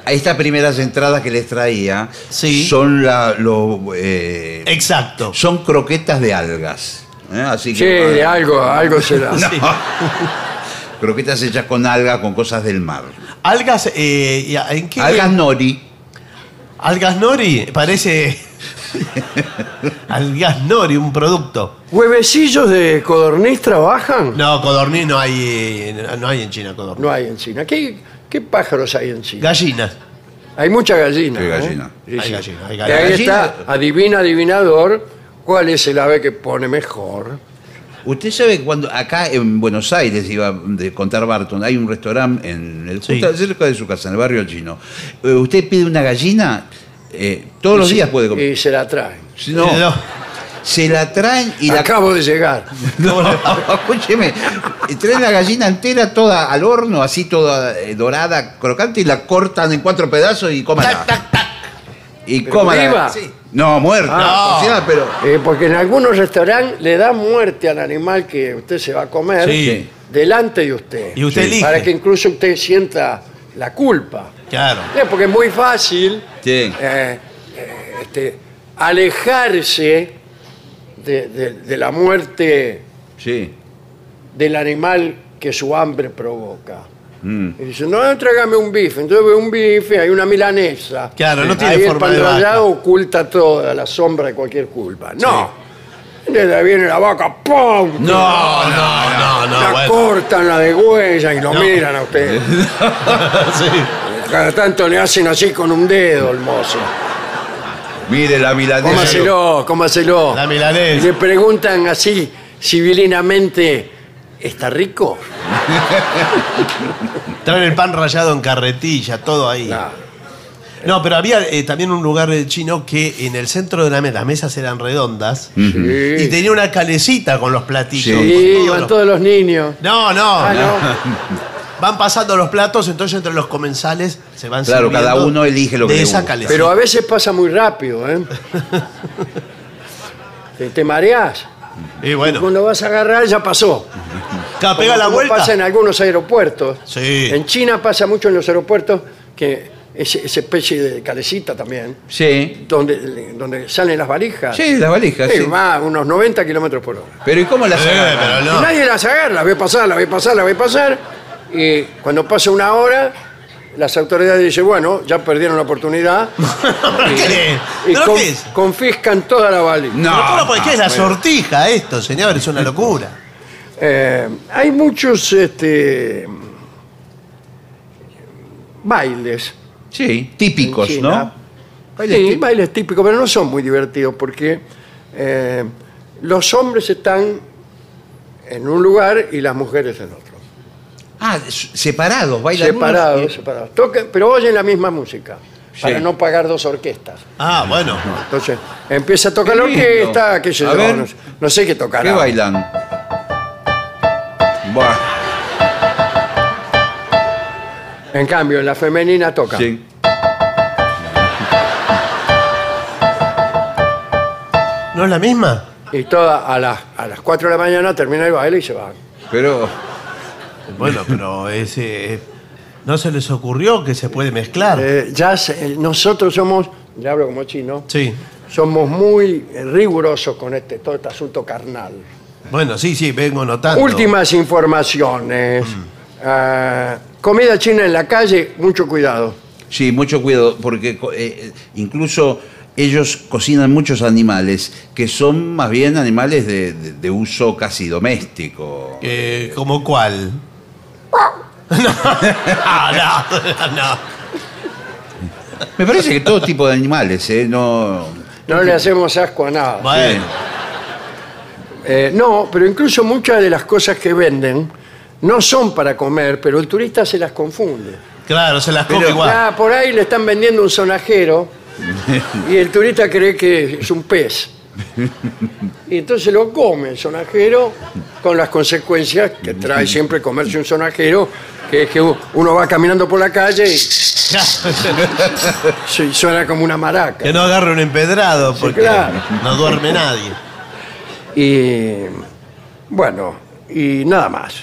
A Estas primeras entradas que les traía
Sí.
son la, lo, eh,
exacto.
son croquetas de algas. ¿eh? Así
Sí,
que,
de algo, algo será.
Croquetas hechas con algas, con cosas del mar.
Algas, eh, y a- ¿en qué?
Algas nori.
Algas nori, parece... Algas nori, un producto.
¿Huevecillos de codorniz trabajan? No,
No, codorniz no hay, eh, no hay en China codorniz.
hay en China. ¿Qué, qué pájaros hay en China?
Gallinas.
Hay mucha gallina.
Sí,
¿eh?
gallina.
Sí,
Hay
sí.
gallina, hay
Y
gallina.
ahí
Gallina.
está, adivina, adivinador, cuál es el ave que pone mejor.
Usted sabe que cuando acá en Buenos Aires iba de contar Barton, hay un restaurante en el
Sí.
justo cerca de su casa, en el barrio chino. Eh, usted pide una gallina, eh, todos los días puede comer.
Y se la traen.
Si no,
Eh, No.
se la traen y la
Acabo de llegar.
No, escúcheme. Traen la gallina entera toda al horno, así toda eh, dorada, crocante, y la cortan en cuatro pedazos y cómala. Y
¿Pero
cómala.
viva?
Sí. No, muerta.
Ah.
cocinada, pero.
Eh, porque en algunos restaurantes le da muerte al animal que usted se va a comer
Sí.
delante de usted.
Y usted elige.
Para que incluso usted sienta la culpa.
Claro.
Sí, porque es muy fácil
Sí.
eh, eh, este, alejarse de, de- de la muerte
Sí.
del animal que su hambre provoca.
Mm.
Y dice, no, trágame un bife. Entonces ve un bife, hay una milanesa.
Claro, no
Ahí
tiene
el
forma
pan
de vaca.
rallado oculta toda la sombra de cualquier culpa. No. Entonces ahí viene la vaca, ¡pum!
No, no, no, no.
la
bueno.
cortan, la degüellan y lo
No.
miran a ustedes.
Sí.
Cada tanto le hacen así con un dedo, hermoso.
Mire la milanesa.
Cómaselo, cómaselo.
La milanesa.
Y le preguntan así, civilinamente, ¿Está rico?
Traen el pan rallado en carretilla, todo ahí.
No.
No, pero había eh, también un lugar eh, chino que en el centro de la mesa, las mesas eran redondas, y
Mm. Sí,
tenía una calecita con los platillos.
Sí.
Sí,
con todo
van
lo-
todos los niños.
No, no,
Ah, no.
Van pasando los platos, entonces entre los comensales se van
Claro,
sirviendo
cada uno elige lo que
de
le
esa
gusta.
calecita.
Pero a veces pasa muy rápido, ¿eh? Te, te mareás.
Y bueno,
Cuando vas a agarrar ya pasó.
cada pega la
Como
vuelta. Eh,
pasa en algunos aeropuertos.
Sí.
En China pasa mucho en los aeropuertos que es- esa especie de calecita también,
Sí.
donde, donde salen las valijas.
Sí, las valijas.
Sí,
sí.
va a unos 90 kilómetros por hora.
Pero ¿y cómo las
Eh,
agarran?
pero
Y
no.
nadie las agarra, las ve pasar, las ve pasar, las ve pasar. Y cuando pasa una hora, las autoridades dicen, bueno, ya perdieron la oportunidad.
¿Qué?
Y
¿Pero
con-
qué es?
confiscan toda la valija.
Pero ¿cómo puede- ¿Qué es la
bueno.
sortija esto, señor? Es una locura.
Eh, hay muchos este, bailes.
Sí, típicos,
en China.
¿no? Bailes
sí,
típicos.
bailes típicos, pero no son muy divertidos porque eh, los hombres están en un lugar y las mujeres en otro.
Ah, s- separados, bailan uno-
separados, separados. Tocan- pero oyen la misma música para
Sí.
no pagar dos orquestas.
Ah, bueno.
Entonces, empieza a tocar
Qué
la
lindo.
orquesta, qué sé
A
yo,
ver.
no, sé- no sé qué tocará.
¿Qué bailan? Buah,
En cambio, en la femenina toca.
sí.
¿No es la misma?
Y toda a las, a las 4 de la mañana termina el baile y se van.
Pero
Bueno, pero ese. eh, ¿No se les ocurrió que se puede mezclar?
Eh, ya se- eh, nosotros somos, ya hablo como chino,
Sí.
somos muy eh, rigurosos con este, todo este asunto carnal.
Bueno, sí, sí, vengo notando.
Últimas informaciones.
Mm.
Ah, comida china en la calle, mucho cuidado.
sí, mucho cuidado, porque co- eh, incluso ellos cocinan muchos animales que son más bien animales de, de- de uso casi doméstico.
Eh, ¿Como cuál? Ah, no, no,
Me parece que todo tipo de animales, ¿eh? No.
No le hacemos asco a nada.
Ah,
Bueno,
Eh, no, pero incluso muchas de las cosas que venden no son para comer, pero el turista se las confunde.
claro, se las come
Pero-
igual.
Ah, por ahí le están vendiendo un sonajero y el turista cree que es un pez. Y entonces lo come el sonajero con las consecuencias que trae siempre comerse un sonajero, que es que uno va caminando por la calle y se- suena como una maraca.
que no agarre un empedrado porque
claro.
no duerme nadie.
Y bueno, y nada más.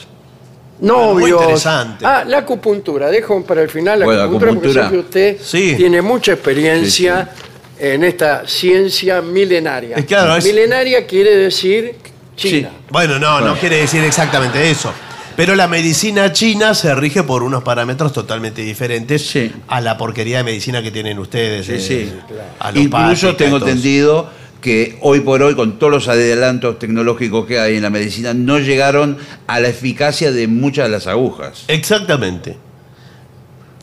Bueno, muy
Novios.
interesante.
Ah, la acupuntura. Dejo para el final la
Bueno,
acupuntura, porque
acupuntura.
sé que usted
Sí.
tiene mucha experiencia en esta ciencia milenaria.
Eh, claro, es-
Milenaria quiere decir China.
Bueno, no, no quiere decir exactamente eso. Pero la medicina china se rige por unos parámetros totalmente diferentes
Sí.
a la porquería de medicina que tienen ustedes.
Sí,
eh,
sí.
alopática
Incluso
y
tengo
todo eso.
entendido que hoy por hoy, con todos los adelantos tecnológicos que hay en la medicina, no llegaron a la eficacia de muchas de las agujas.
Exactamente.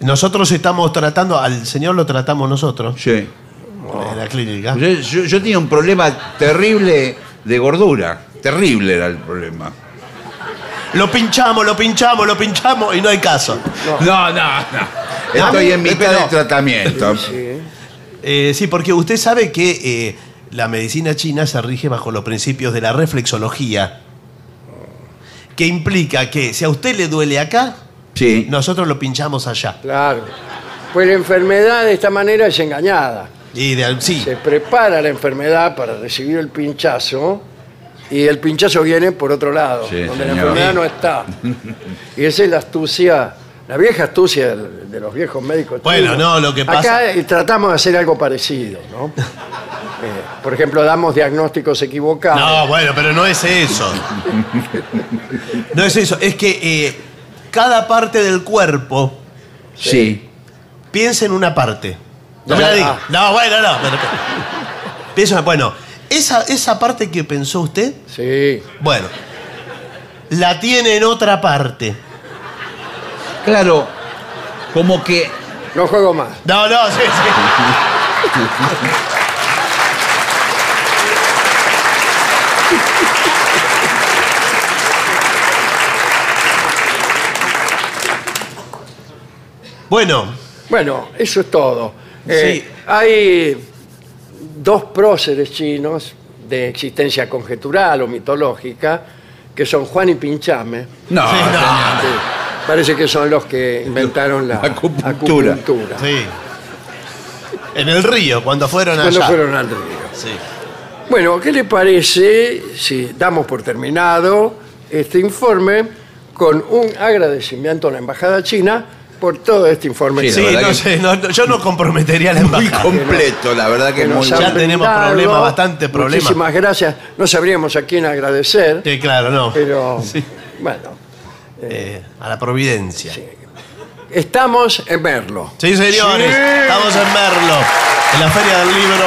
Nosotros estamos tratando, al señor lo tratamos nosotros
Sí.
en la clínica.
Yo, yo- yo tenía un problema terrible de gordura. Terrible era el problema.
Lo pinchamos, lo pinchamos, lo pinchamos y no hay caso.
No, no, no. Estoy en mitad
pero-
del tratamiento.
Sí.
Eh, sí, porque usted sabe que eh, la medicina china se rige bajo los principios de la reflexología, que implica que si a usted le duele acá,
Sí.
nosotros lo pinchamos allá.
Claro. Pues la enfermedad de esta manera es engañada.
Y de, sí,
Se prepara la enfermedad para recibir el pinchazo y el pinchazo viene por otro lado,
Sí,
donde la
señor.
enfermedad
Sí.
no está. Y esa es la astucia, la vieja astucia del- de los viejos médicos.
Bueno,
chinos.
no, lo que pasa-
Acá eh, tratamos de hacer algo parecido, ¿no? Eh, por ejemplo, damos diagnósticos equivocados.
No, bueno, pero no es eso. No es eso. Es que eh, cada parte del cuerpo
Sí.
piensa en una parte. No me la
Ah.
diga. No, bueno, no. pero- piensa, bueno, esa, esa parte que pensó usted,
Sí.
bueno, la tiene en otra parte.
Claro, como que.
No juego más.
No, no, sí, sí. Bueno,
Bueno, eso es todo. Eh,
Sí.
Hay dos próceres chinos de existencia conjetural o mitológica, que son Juan y Pinchame.
No,
Sí, no.
señor.
Sí, Parece que son los que inventaron la
Acupuntura.
acupuntura.
sí. En el río, cuando fueron
Cuando
allá.
fueron al río.
Sí.
Bueno, ¿qué le parece si damos por terminado este informe con un agradecimiento a la Embajada China por todo este informe
Sí,
que
La
Sí,
verdad
no
que-
sé, no- no, yo no comprometería a la
Muy
embajada.
completo, la verdad que
que
es muy
nos
Ya
bueno.
han
tenemos
brindado.
problemas, bastante problemas.
Muchísimas gracias. No sabríamos a quién agradecer,
Sí, claro, no.
pero
Sí.
bueno,
Eh, a la providencia. Sí,
estamos en verlo.
señores, estamos en Merlo, en la Feria del Libro.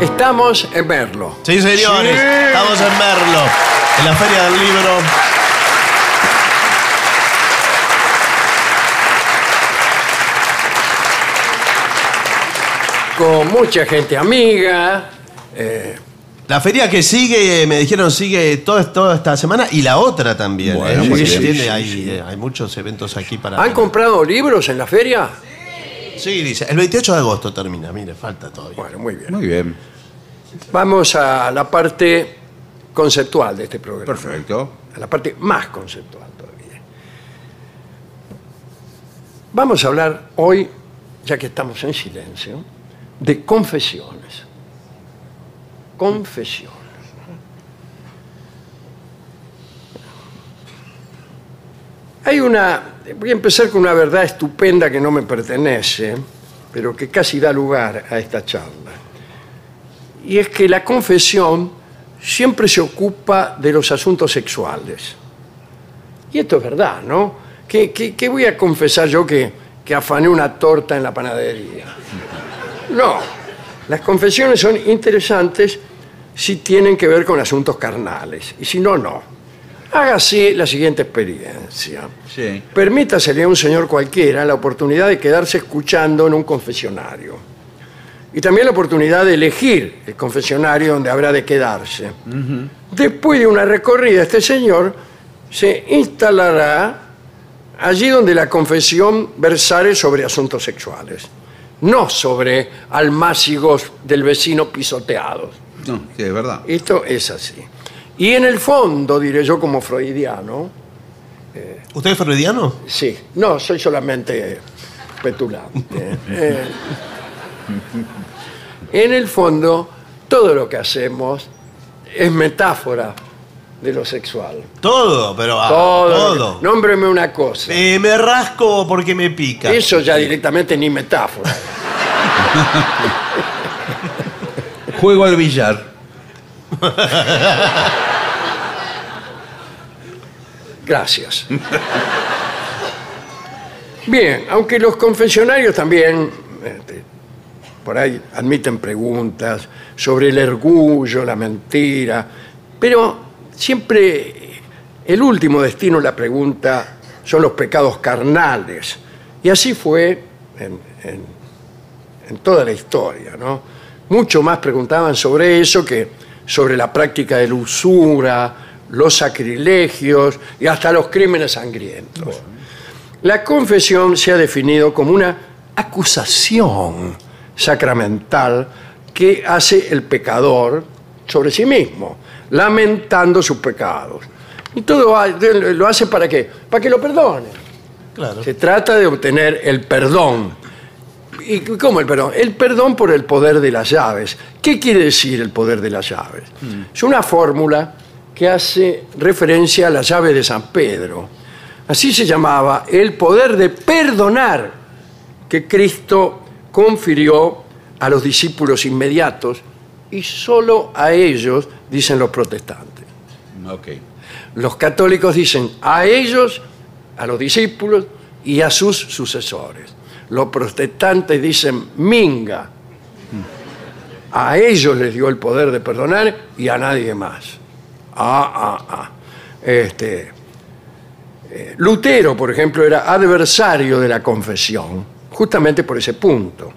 Estamos en verlo.
Sí, señores, estamos en Merlo, en la Feria del Libro.
Con mucha gente amiga. eh,
La feria que sigue, eh, me dijeron, sigue toda, toda esta semana y la otra también.
Bueno,
¿eh?
muy
Sí,
bien.
¿entiende? hay, eh, hay muchos eventos aquí para...
¿Han comprado libros en la feria?
Sí, dice, el 28 de agosto termina, mire, falta todavía.
Bueno, muy bien.
Muy bien,
Vamos a la parte conceptual de este programa.
perfecto.
a la parte más conceptual todavía. Vamos a hablar hoy, ya que estamos en silencio, de confesiones. Confesiones. Hay una, voy a empezar con una verdad estupenda que no me pertenece, pero que casi da lugar a esta charla. Y es que la confesión siempre se ocupa de los asuntos sexuales. Y esto es verdad, ¿no? ¿Qué, qué- qué voy a confesar yo que, que afané una torta en la panadería? No, las confesiones son interesantes si tienen que ver con asuntos carnales, y si no, no. Hágase la siguiente experiencia.
Sí.
Permítasele a un señor cualquiera la oportunidad de quedarse escuchando en un confesionario. Y también la oportunidad de elegir el confesionario donde habrá de quedarse. Después de una recorrida, este señor se instalará allí donde la confesión versare sobre asuntos sexuales, no sobre almácigos del vecino pisoteados.
No, sí, es verdad.
Esto es así. Y en el fondo, diré yo como freudiano,
¿Usted es freudiano?
Sí, no, soy solamente petulante. Eh, en el fondo, todo lo que hacemos es metáfora de lo sexual.
Todo, pero... ah,
todo.
todo.
Nómbreme una cosa.
Eh, me rasco porque me pica.
Eso ya directamente ni metáfora.
Juego al billar.
Gracias. Bien, aunque los confesionarios también este, por ahí admiten preguntas sobre el orgullo, la mentira, pero siempre el último destino de la pregunta son los pecados carnales. Y así fue en, en- en toda la historia, ¿no? Mucho más preguntaban sobre eso que sobre la práctica de la usura, los sacrilegios y hasta los crímenes sangrientos. La confesión se ha definido como una acusación sacramental que hace el pecador sobre sí mismo, lamentando sus pecados. Y todo ha- lo hace para qué? Para que lo perdone.
Claro.
Se trata de obtener el perdón. ¿Y cómo el perdón? El perdón por el poder de las llaves. ¿Qué quiere decir el poder de las llaves? Es una fórmula que hace referencia a la llave de San Pedro. Así se llamaba el poder de perdonar que Cristo confirió a los discípulos inmediatos y solo a ellos dicen los protestantes.
Ok.
Los católicos dicen a ellos, a los discípulos y a sus sucesores. Los protestantes dicen minga. A ellos les dio el poder de perdonar y a nadie más. Ah, ah, ah. Este, eh, Lutero, por ejemplo, era adversario de la confesión, justamente por ese punto.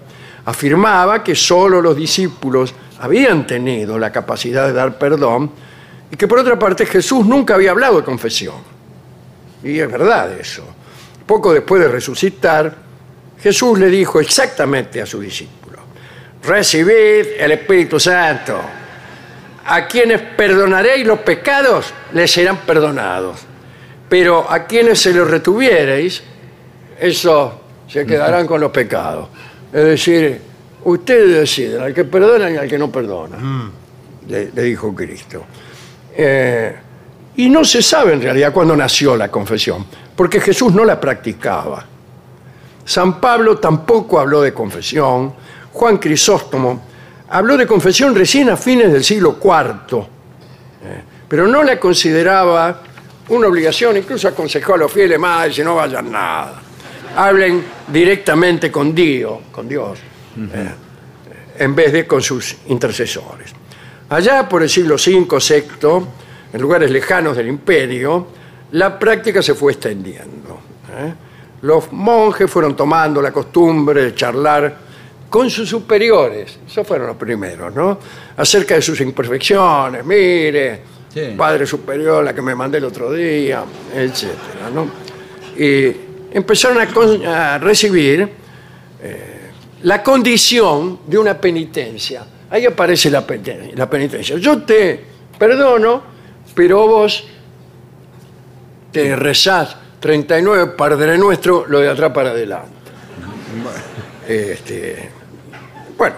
Afirmaba que solo los discípulos habían tenido la capacidad de dar perdón y que por otra parte Jesús nunca había hablado de confesión. Y es verdad eso. Poco después de resucitar, Jesús le dijo exactamente a sus discípulos, recibid el Espíritu Santo. A quienes perdonaréis los pecados, les serán perdonados. Pero a quienes se los retuviereis, esos se quedarán con los pecados. Es decir, ustedes deciden al que perdona y al que no perdona, le, le dijo Cristo. Eh, y no se sabe en realidad cuándo nació la confesión, porque Jesús no la practicaba. San Pablo tampoco habló de confesión. Juan Crisóstomo habló de confesión recién a fines del siglo IV, eh, pero no la consideraba una obligación, incluso aconsejó a los fieles más, dice, no vayan nada. Hablen directamente con Dios, con Dios, eh, en vez de con sus intercesores. Allá por el siglo V, VI, en lugares lejanos del imperio, la práctica se fue extendiendo. ¿eh? Los monjes fueron tomando la costumbre de charlar con sus superiores, esos fueron los primeros, ¿no? Acerca de sus imperfecciones, mire,
Sí.
padre superior, la que me mandé el otro día, etcétera, ¿no? Y empezaron a, con- a recibir eh, la condición de una penitencia. Ahí aparece la, peni- la penitencia. Yo te perdono, pero vos te rezás 39 Padre Nuestro, lo de atrás para adelante. Este, bueno,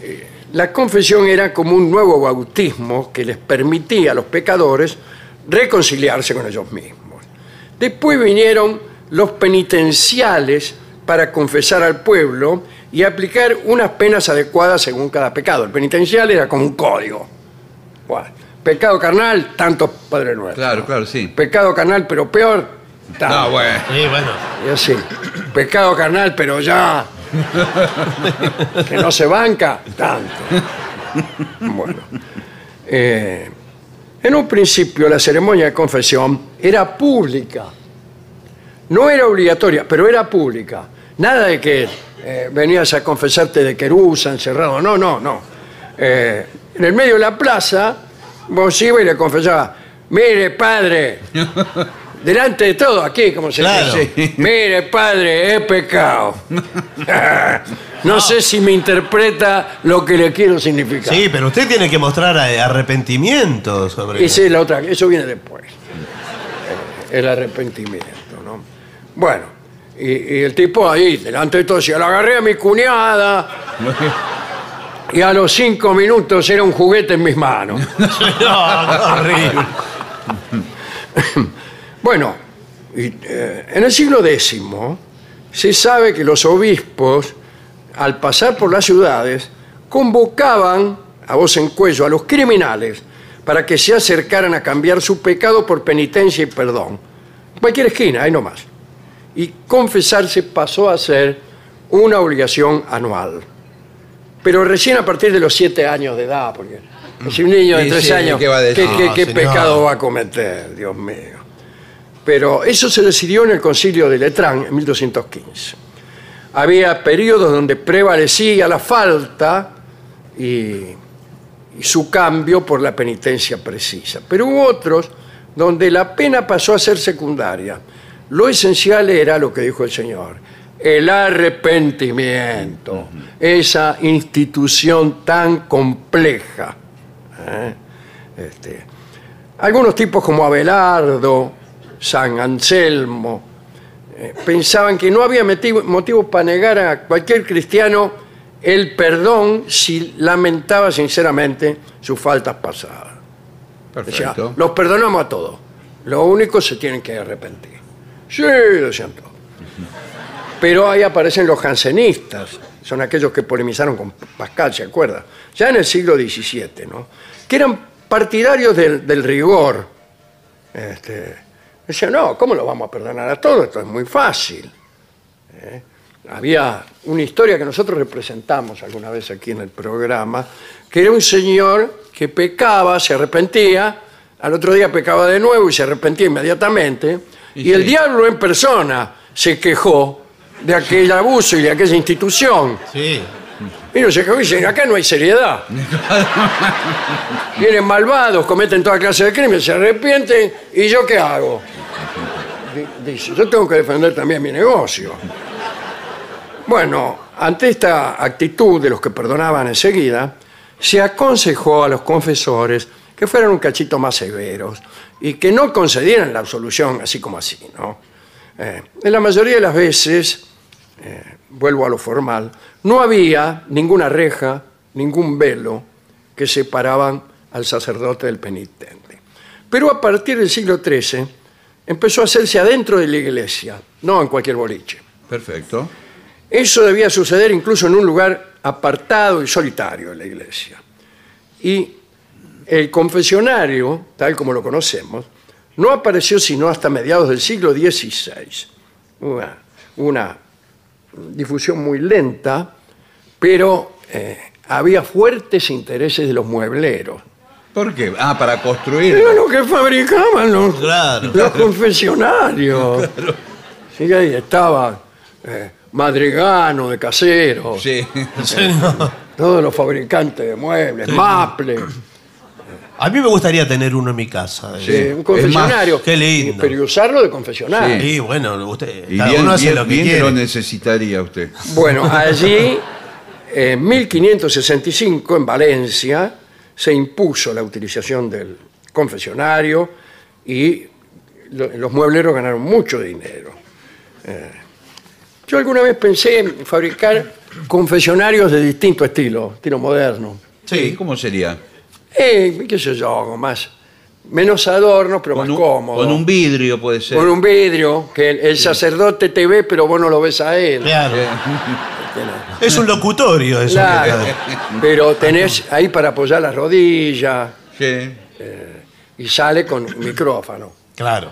eh, la confesión era como un nuevo bautismo que les permitía a los pecadores reconciliarse con ellos mismos. Después vinieron los penitenciales para confesar al pueblo y aplicar unas penas adecuadas según cada pecado. El penitencial era como un código. Bueno, pecado carnal, tantos Padre Nuestro.
Claro, claro, sí.
Pecado carnal, pero peor, tanto.
No, Ah, bueno.
Sí, bueno.
Y así, pecado carnal, pero ya. que no se banca tanto. Bueno. Eh, en un principio la ceremonia de confesión era pública. No era obligatoria, pero era pública. Nada de que eh, venías a confesarte de querusa, encerrado. No, no, no. Eh, en el medio de la plaza, vos ibas y le confesabas, mire padre, delante de todo, aquí, como se
Claro.
dice, mire padre, he pecado. no sé si me interpreta lo que le quiero significar.
Sí, pero usted tiene que mostrar eh, arrepentimiento sobre
Esa es la otra, eso viene después. Eh, El arrepentimiento, ¿no? Bueno, y, y el tipo ahí, delante de todo, decía, la agarré a mi cuñada y a los cinco minutos era un juguete en mis manos.
No, no, horrible.
Bueno, y, eh, en el siglo X se sabe que los obispos, al pasar por las ciudades, convocaban a voz en cuello a los criminales para que se acercaran a cambiar su pecado por penitencia y perdón. En Cualquier esquina, ahí nomás. Y confesarse pasó a ser una obligación anual. Pero recién a partir de los siete años de edad, porque si un niño de
Sí,
tres
sí,
años,
Mm. ¿qué va a decir?
qué- qué-
No,
qué
señor.
pecado va a cometer? Dios mío. Pero eso se decidió en el concilio de Letrán en 1215. Había periodos donde prevalecía la falta y, y su cambio por la penitencia precisa. Pero hubo otros donde la pena pasó a ser secundaria. Lo esencial era lo que dijo el Señor, el arrepentimiento, esa institución tan compleja. ¿eh? Este, algunos tipos como Abelardo, San Anselmo, eh, pensaban que no había motivo, motivo para negar a cualquier cristiano el perdón si lamentaba sinceramente sus faltas pasadas. Decía,
Perfecto.
los perdonamos a todos. Lo único se tienen que arrepentir. Sí, lo siento. Pero ahí aparecen los jansenistas, son aquellos que polemizaron con Pascal, ¿se acuerda? Ya en el siglo XVII, ¿no? Que eran partidarios del, del rigor. Este, decían, no, ¿cómo lo vamos a perdonar a todos? Esto es muy fácil. ¿Eh? Había una historia que nosotros representamos alguna vez aquí en el programa, que era un señor que pecaba, se arrepentía, al otro día pecaba de nuevo y se arrepentía inmediatamente, y, el diablo en persona se quejó de aquel abuso y de aquella institución.
Sí.
Y no se quejó y dice, acá no hay seriedad. Vienen malvados, cometen toda clase de crímenes, se arrepienten, ¿y yo qué hago? Di- Dice, yo tengo que defender también mi negocio. Bueno, ante esta actitud de los que perdonaban enseguida, se aconsejó a los confesores que fueran un cachito más severos y que no concedieran la absolución así como así, ¿no? Eh, en la mayoría de las veces, eh, vuelvo a lo formal, no había ninguna reja, ningún velo que separaban al sacerdote del penitente. Pero a partir del siglo XIII empezó a hacerse adentro de la iglesia, no en cualquier boliche.
Perfecto.
Eso debía suceder incluso en un lugar apartado y solitario de la iglesia. Y el confesionario, tal como lo conocemos, no apareció sino hasta mediados del siglo XVI. Una, una difusión muy lenta, pero eh, había fuertes intereses de los muebleros.
¿Por qué? Ah, para construir.
Era lo que fabricaban los,
Claro.
los confesionarios. Sí, ahí estaba eh, Madrigano de Casero,
Sí.
todos los fabricantes de muebles, Maple,
A mí me gustaría tener uno en mi casa. eh.
eh, un confesionario.
qué lindo.
Y- Pero usarlo de confesionario.
Sí, Ah, bueno, usted,
Y
cada
bien,
uno hace
bien-
lo que
bien
quiere.
lo necesitaría usted.
Bueno, allí, en 1565, en Valencia, se impuso la utilización del confesionario y lo- los muebleros ganaron mucho dinero. Eh, yo alguna vez pensé en fabricar confesionarios de distinto estilo, estilo moderno.
Sí, ¿cómo sería?
Eh, qué sé yo, algo más, menos adornos, pero
Con
más
un,
cómodo.
con un vidrio puede ser.
Con un vidrio, que el, el sacerdote te ve, pero vos no lo ves a él.
Claro. Es un locutorio eso.
Claro, pero tenés ahí para apoyar las rodillas
Sí.
y sale con un micrófono.
Claro.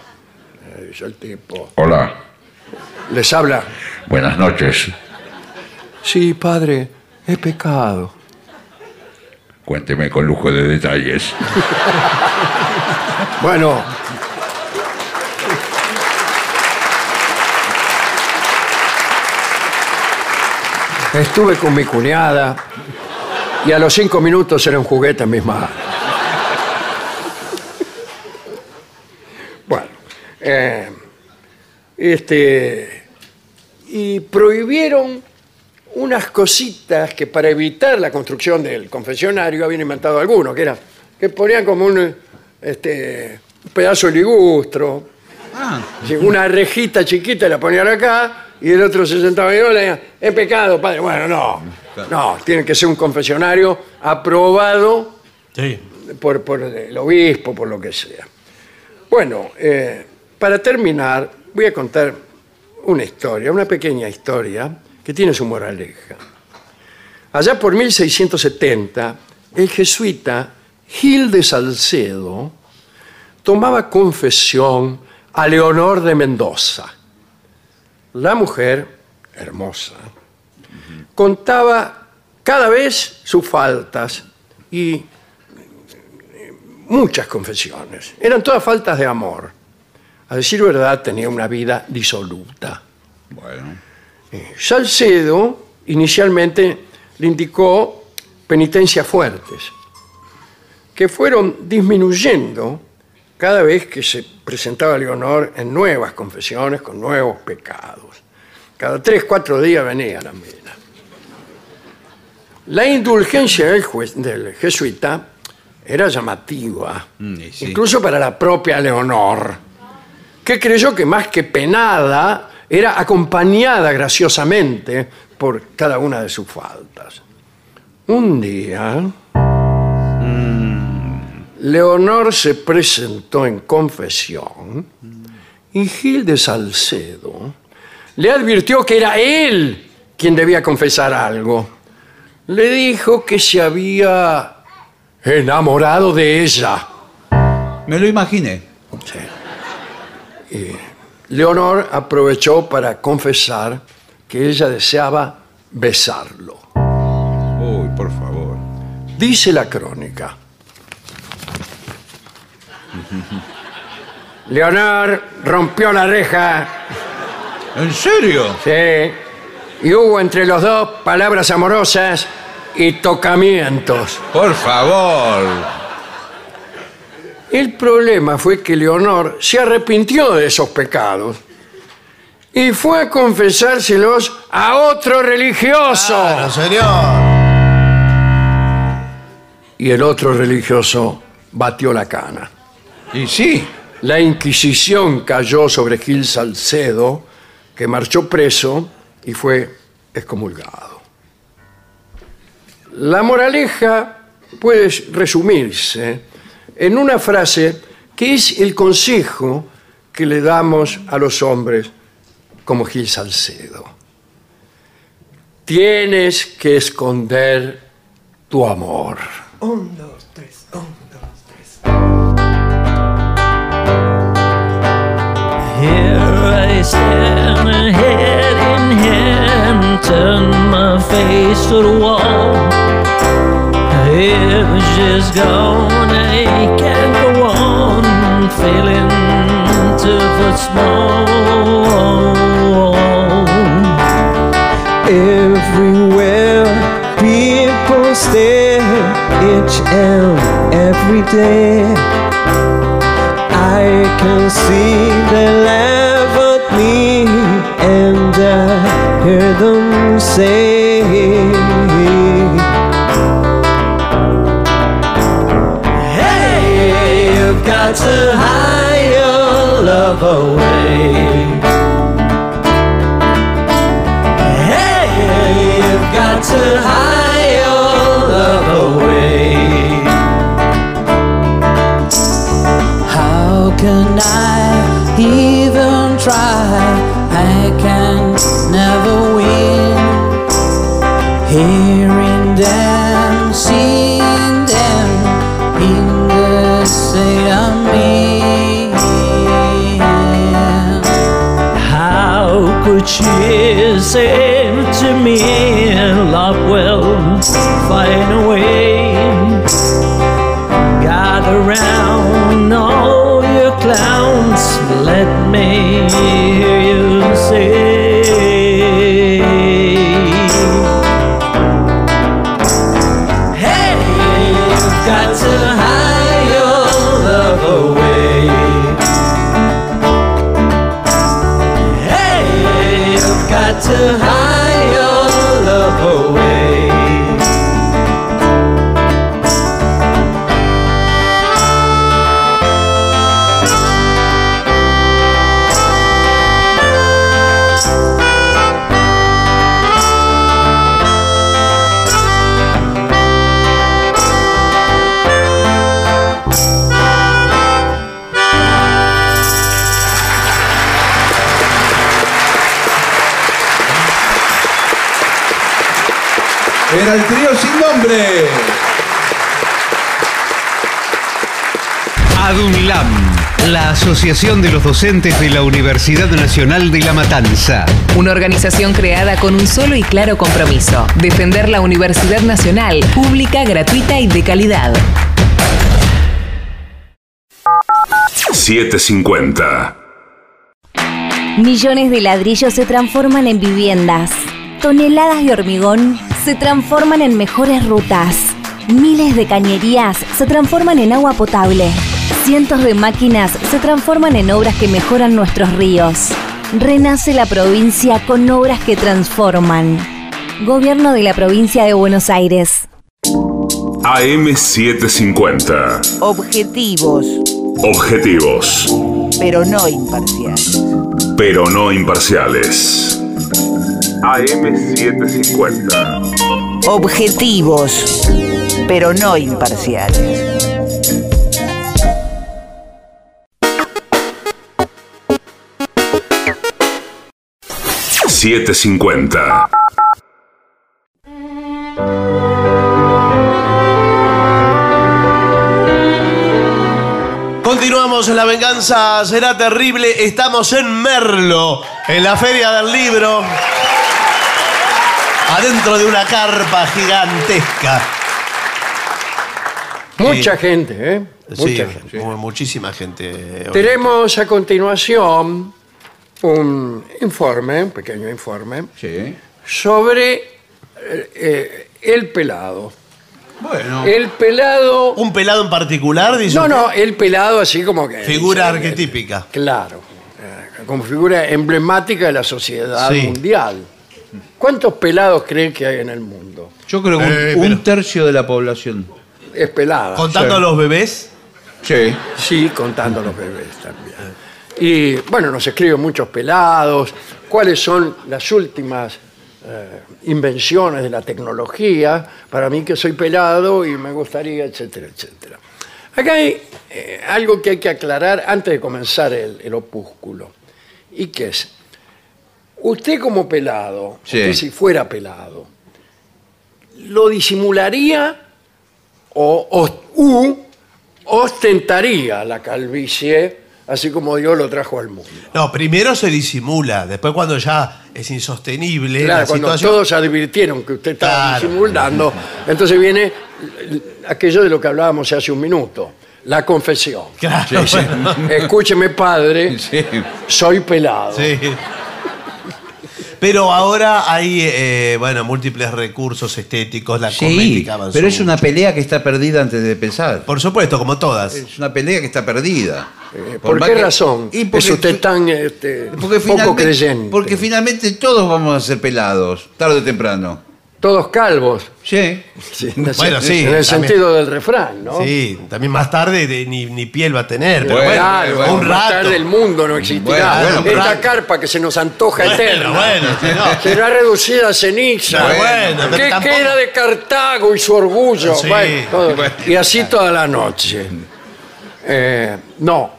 Eh, Yo el tipo
Hola,
les habla.
buenas noches.
Sí, padre, es pecado.
Cuénteme con lujo de detalles.
Bueno. Estuve con mi cuñada y a los cinco minutos era un juguete en mis manos. Bueno, eh, este. Y prohibieron unas cositas que para evitar la construcción del confesionario habían inventado algunos, que era que ponían como un, este, un pedazo de ligustro,
Ah,
Sí, una rejita chiquita la ponían acá y el otro se sentaba y le decía, es pecado, padre. Bueno, no, no, tiene que ser un confesionario aprobado
Sí.
por, por el obispo, por lo que sea. Bueno, eh, para terminar, voy a contar una historia, una pequeña historia que tiene su moraleja. Allá por 1670, el jesuita Gil de Salcedo tomaba confesión a Leonor de Mendoza. La mujer, hermosa, contaba cada vez sus faltas y muchas confesiones. Eran todas faltas de amor. A decir verdad, tenía una vida disoluta.
bueno.
Salcedo inicialmente le indicó penitencias fuertes, que fueron disminuyendo cada vez que se presentaba Leonor en nuevas confesiones con nuevos pecados. Cada tres, cuatro días venía la mina. La indulgencia del, juez- del jesuita era llamativa,
Mm, y sí.
incluso para la propia Leonor que creyó que más que penada era acompañada graciosamente por cada una de sus faltas. Un día, Leonor se presentó en confesión y Gil de Salcedo le advirtió que era él quien debía confesar algo. Le dijo que se había enamorado de ella.
Me lo imaginé.
Leonor aprovechó para confesar que ella deseaba besarlo.
Uy, por favor.
Dice la crónica. Leonor rompió la reja
¿En serio?
Sí. Y hubo entre los dos palabras amorosas y tocamientos.
Por favor.
El problema fue que Leonor se arrepintió de esos pecados y fue a confesárselos a otro religioso.
Claro, señor.
Y el otro religioso batió la cana.
Y sí.
La Inquisición cayó sobre Gil Salcedo, que marchó preso y fue excomulgado. La moraleja puede resumirse en una frase que es el consejo que le damos a los hombres como Gil Salcedo. Tienes que esconder tu amor.
Here I stand, head in hand, turn my face to the wall. It was just gone, I can't go on, feeling too small. Everywhere people stare each and every day. I can see they laugh at me and I hear them say. Hey, you've got to hide your love away. Hey, you've got to hide your love away. How can I even try? I can never win. Hearing them, seeing them, in the state I'm in. How could she say to me, Love will find a way? Gather round all your clowns, let me hear you say. Hey, you've got to hide your love away. Hey, you've got to hide your love away.
Era el trío sin nombre.
Adunilam, la Asociación de los Docentes de la Universidad Nacional de La Matanza.
Una organización creada con un solo y claro compromiso, defender la Universidad Nacional, pública, gratuita y de calidad.
750.
Millones de ladrillos se transforman en viviendas. Toneladas de hormigón se transforman en mejores rutas. Miles de cañerías se transforman en agua potable. Cientos de máquinas se transforman en obras que mejoran nuestros ríos. Renace la provincia con obras que transforman. Gobierno de la provincia de Buenos Aires.
AM750.
Objetivos,
Objetivos,
pero no imparciales.
pero no imparciales. AM750.
Objetivos, pero no imparciales.
siete cincuenta
Continuamos en La Venganza Será Terrible. Estamos en Merlo, en la Feria del Libro. Adentro de una carpa gigantesca.
Mucha gente, ¿eh?
Sí,
Mucha gente.
mu- muchísima gente. eh, hoy.
Tenemos a continuación un informe, un pequeño informe, sobre eh, eh, el pelado.
Bueno.
El pelado.
¿Un pelado en particular? Dice
no,
usted?
no, el pelado así como que.
Figura
dice,
arquetípica.
Claro, eh, como figura emblemática de la sociedad
Sí.
mundial. ¿Cuántos pelados creen que hay en el mundo?
Yo creo que un,
Eh,
un tercio de la población.
Es pelada.
¿Contando Sí. a
los bebés?
Sí.
Sí, contando a los bebés también. Y bueno, nos escriben muchos pelados, cuáles son las últimas eh, invenciones de la tecnología, para mí que soy pelado y me gustaría, etcétera, etcétera. Acá hay eh, algo que hay que aclarar antes de comenzar el, el opúsculo, y que es, usted como pelado,
Sí.
usted si fuera pelado, ¿lo disimularía o, o- u ostentaría la calvicie así como Dios lo trajo al mundo?
No, primero se disimula, después cuando ya es insostenible la
Claro, cuando
situación.
todos advirtieron que usted estaba
Claro.
disimulando, entonces viene l- aquello de lo que hablábamos hace un minuto, la confesión.
Claro.
Sí, sí. Escúcheme, padre, soy pelado.
Sí. Pero ahora hay, eh, bueno, múltiples recursos estéticos, la
Sí,
cosmética avanzó
pero es una
mucho.
pelea que está perdida antes de empezar.
Por supuesto, como todas.
Es una pelea que está perdida.
Eh, ¿Por,
más
qué
que-
razón?
Y
es
porque,
usted tan este, poco
porque finalmente-
creyente.
Porque finalmente todos vamos a ser pelados, tarde o temprano.
Todos calvos.
Sí.
En el
Bueno,
sen-
sí,
En el
también.
sentido del refrán, ¿no?
Sí, también más tarde de- ni, ni piel va a tener, pero bueno,
Claro,
un
más
rato.
tarde el mundo no existirá.
Bueno, bueno,
Esta
rato.
carpa que se nos antoja
Bueno,
eterna
bueno, sí, no.
será reducida a ceniza.
Bueno, bueno, pero
¿Qué
tampoco-
queda de Cartago y su orgullo?
Sí.
Bueno, todo. Y así toda la noche. Eh, no,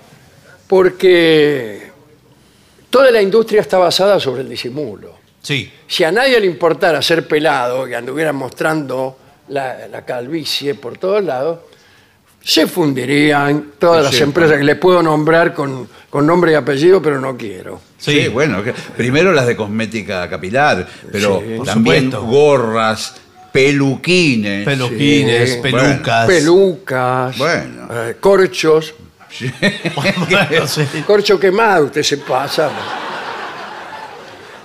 porque toda la industria está basada sobre el disimulo.
Sí.
Si a nadie le importara ser pelado y anduvieran mostrando la, la calvicie por todos lados, se fundirían todas las
Sí,
empresas que le puedo nombrar con, con nombre y apellido, pero no quiero.
Sí, bueno, que- primero las de cosmética capilar, pero
Sí. Por
también
supuesto.
gorras, peluquines.
Peluquines,
Sí.
pelucas.
Pelucas, eh, corchos.
Bueno, sí.
Corcho quemado, usted se pasa.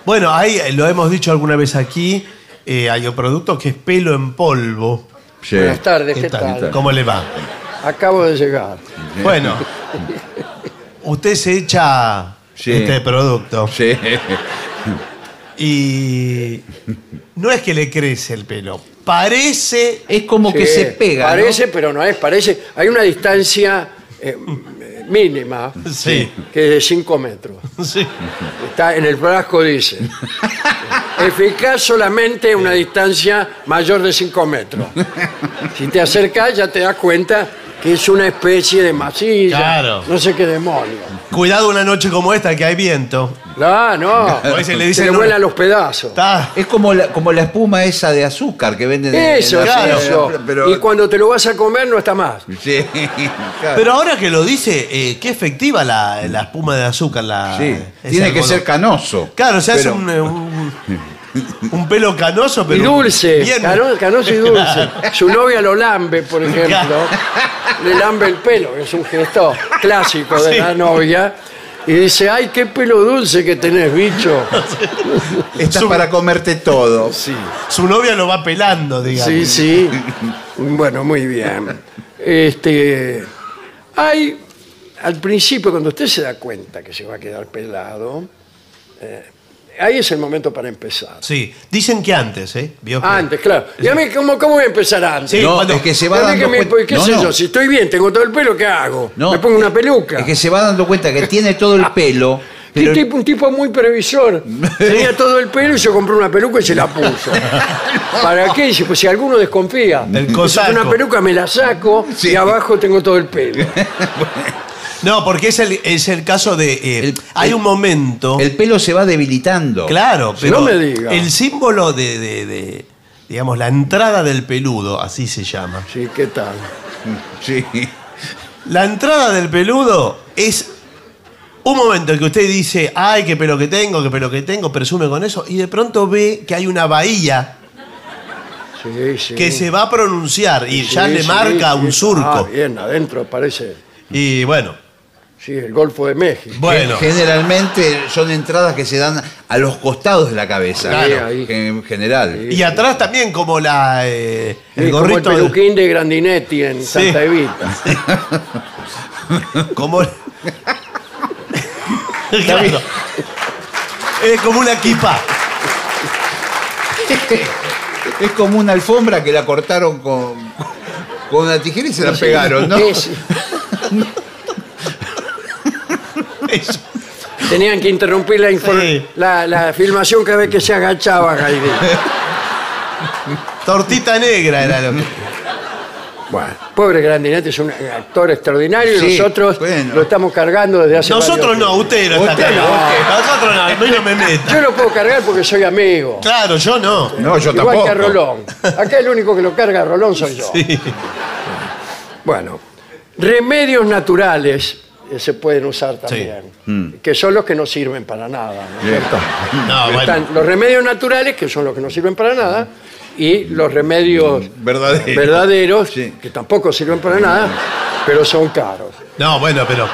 Bueno, hay, eh, lo hemos dicho alguna vez aquí, eh, hay un producto que es pelo en polvo.
Buenas tardes, ¿qué tal?
¿Cómo le va?
Acabo de llegar.
Bueno, usted se echa este producto.
Sí.
Y no es que le crece el pelo, parece...
Es como
Sí, Eh, Parece, pero no es, parece. Hay una distancia eh, m- mínima,
Sí.
que es de 5 metros.
Sí.
Está en el frasco, dice. Eficaz solamente una distancia mayor de 5 metros. Si te acercas ya te das cuenta que es una especie de masilla.
Claro.
No sé qué demonio.
Cuidado una noche como esta que hay viento.
No, no.
A veces le
se
dicen
le
no.
vuelan los pedazos.
Es como la, como la espuma esa de azúcar que venden en- en
Eso,
la feria,
eso.
Pero,
Y cuando te lo vas a comer no está más.
Sí, claro.
Pero ahora que lo dice, eh, qué efectiva la, la espuma de azúcar. La,
Sí,
Ah,
ese
tiene que
algodón.
ser canoso.
Claro, se hace
Pero-
un, eh, un, un pelo canoso,
Y
pero.
dulce,
bien-
cano- canoso y dulce. Su novia lo lambe, por ejemplo. Le lambe el pelo, que es un gesto clásico de
Sí.
la novia. Y dice, ay, qué pelo dulce que tenés, bicho.
Estás para comerte todo.
Sí,
Su novia lo va pelando, digamos.
sí, sí. Bueno, muy bien. Este, hay, al principio, cuando usted se da cuenta que se va a quedar pelado, eh, ahí es el momento para empezar.
Sí. Dicen que antes, ¿eh? Vio que-
Antes, claro. Y a mí, ¿cómo, cómo voy a empezar antes?
Sí,
no,
cuando-
es que se va
Yo dije,
dando
me- pues,
cuenta.
¿Qué
no,
sé
no,
yo? Si estoy bien, tengo todo el pelo, ¿qué hago?
no,
¿Me pongo una peluca?
Es que se va dando cuenta que tiene todo el pelo.
Qué
pero-
tipo, un tipo muy previsor. Tenía todo el pelo y yo compré una peluca y se la puso. ¿Para qué? Dice, Pues si alguno desconfía.
Del
Yo
cosaco.
una peluca me la saco y abajo tengo todo el pelo.
No, porque es el, es el caso de. eh, hay un momento.
El pelo se va debilitando.
Claro,
Si
pero.
no me diga.
El símbolo de. de- de- digamos, la entrada del peludo, así se llama.
Sí, ¿qué tal?
Sí. La entrada del peludo es un momento en que usted dice, ay, qué pelo que tengo, qué pelo que tengo, presume con eso, y de pronto ve que hay una bahía
Sí, sí.
que se va a pronunciar y ya
Sí,
le
sí,
marca
sí.
un
Ah,
surco.
bien, adentro aparece.
Y bueno.
Sí, el Golfo de México.
Eh, Generalmente son entradas que se dan a los costados de la cabeza.
Claro.
que En general.
Y atrás también como la eh,
Sí,
el
como
gorrito
el
del-
peluquín de Grandinetti en
Sí.
Santa Evita.
como Claro. Es como una equipa.
Es como una alfombra que la cortaron con, con una tijera y se la
Sí,
pegaron, ¿no?
sí, sí. Tenían que interrumpir la, infor- la- la filmación cada vez que se agachaba Jaime.
Tortita negra era lo que.
Bueno, pobre Grandinetti es un actor extraordinario y
Sí,
nosotros lo estamos cargando desde hace
Nosotros
varios
no,
días.
usted lo está
Usted
cargando.
no.
Usted. Nosotros no, a mí no me meta.
Yo lo puedo cargar porque soy amigo.
Claro, yo no.
No, yo
Igual
tampoco.
que a Rolón. Acá el único que lo carga a Rolón soy yo. Bueno, remedios naturales eh, se pueden usar también,
Mm.
que son los que no sirven para nada. ¿no?
No,
Están
Ah, bueno.
los remedios naturales, que son los que no sirven para nada, y los remedios
Verdadero.
verdaderos, que tampoco sirven para nada, pero son caros.
No, bueno, pero.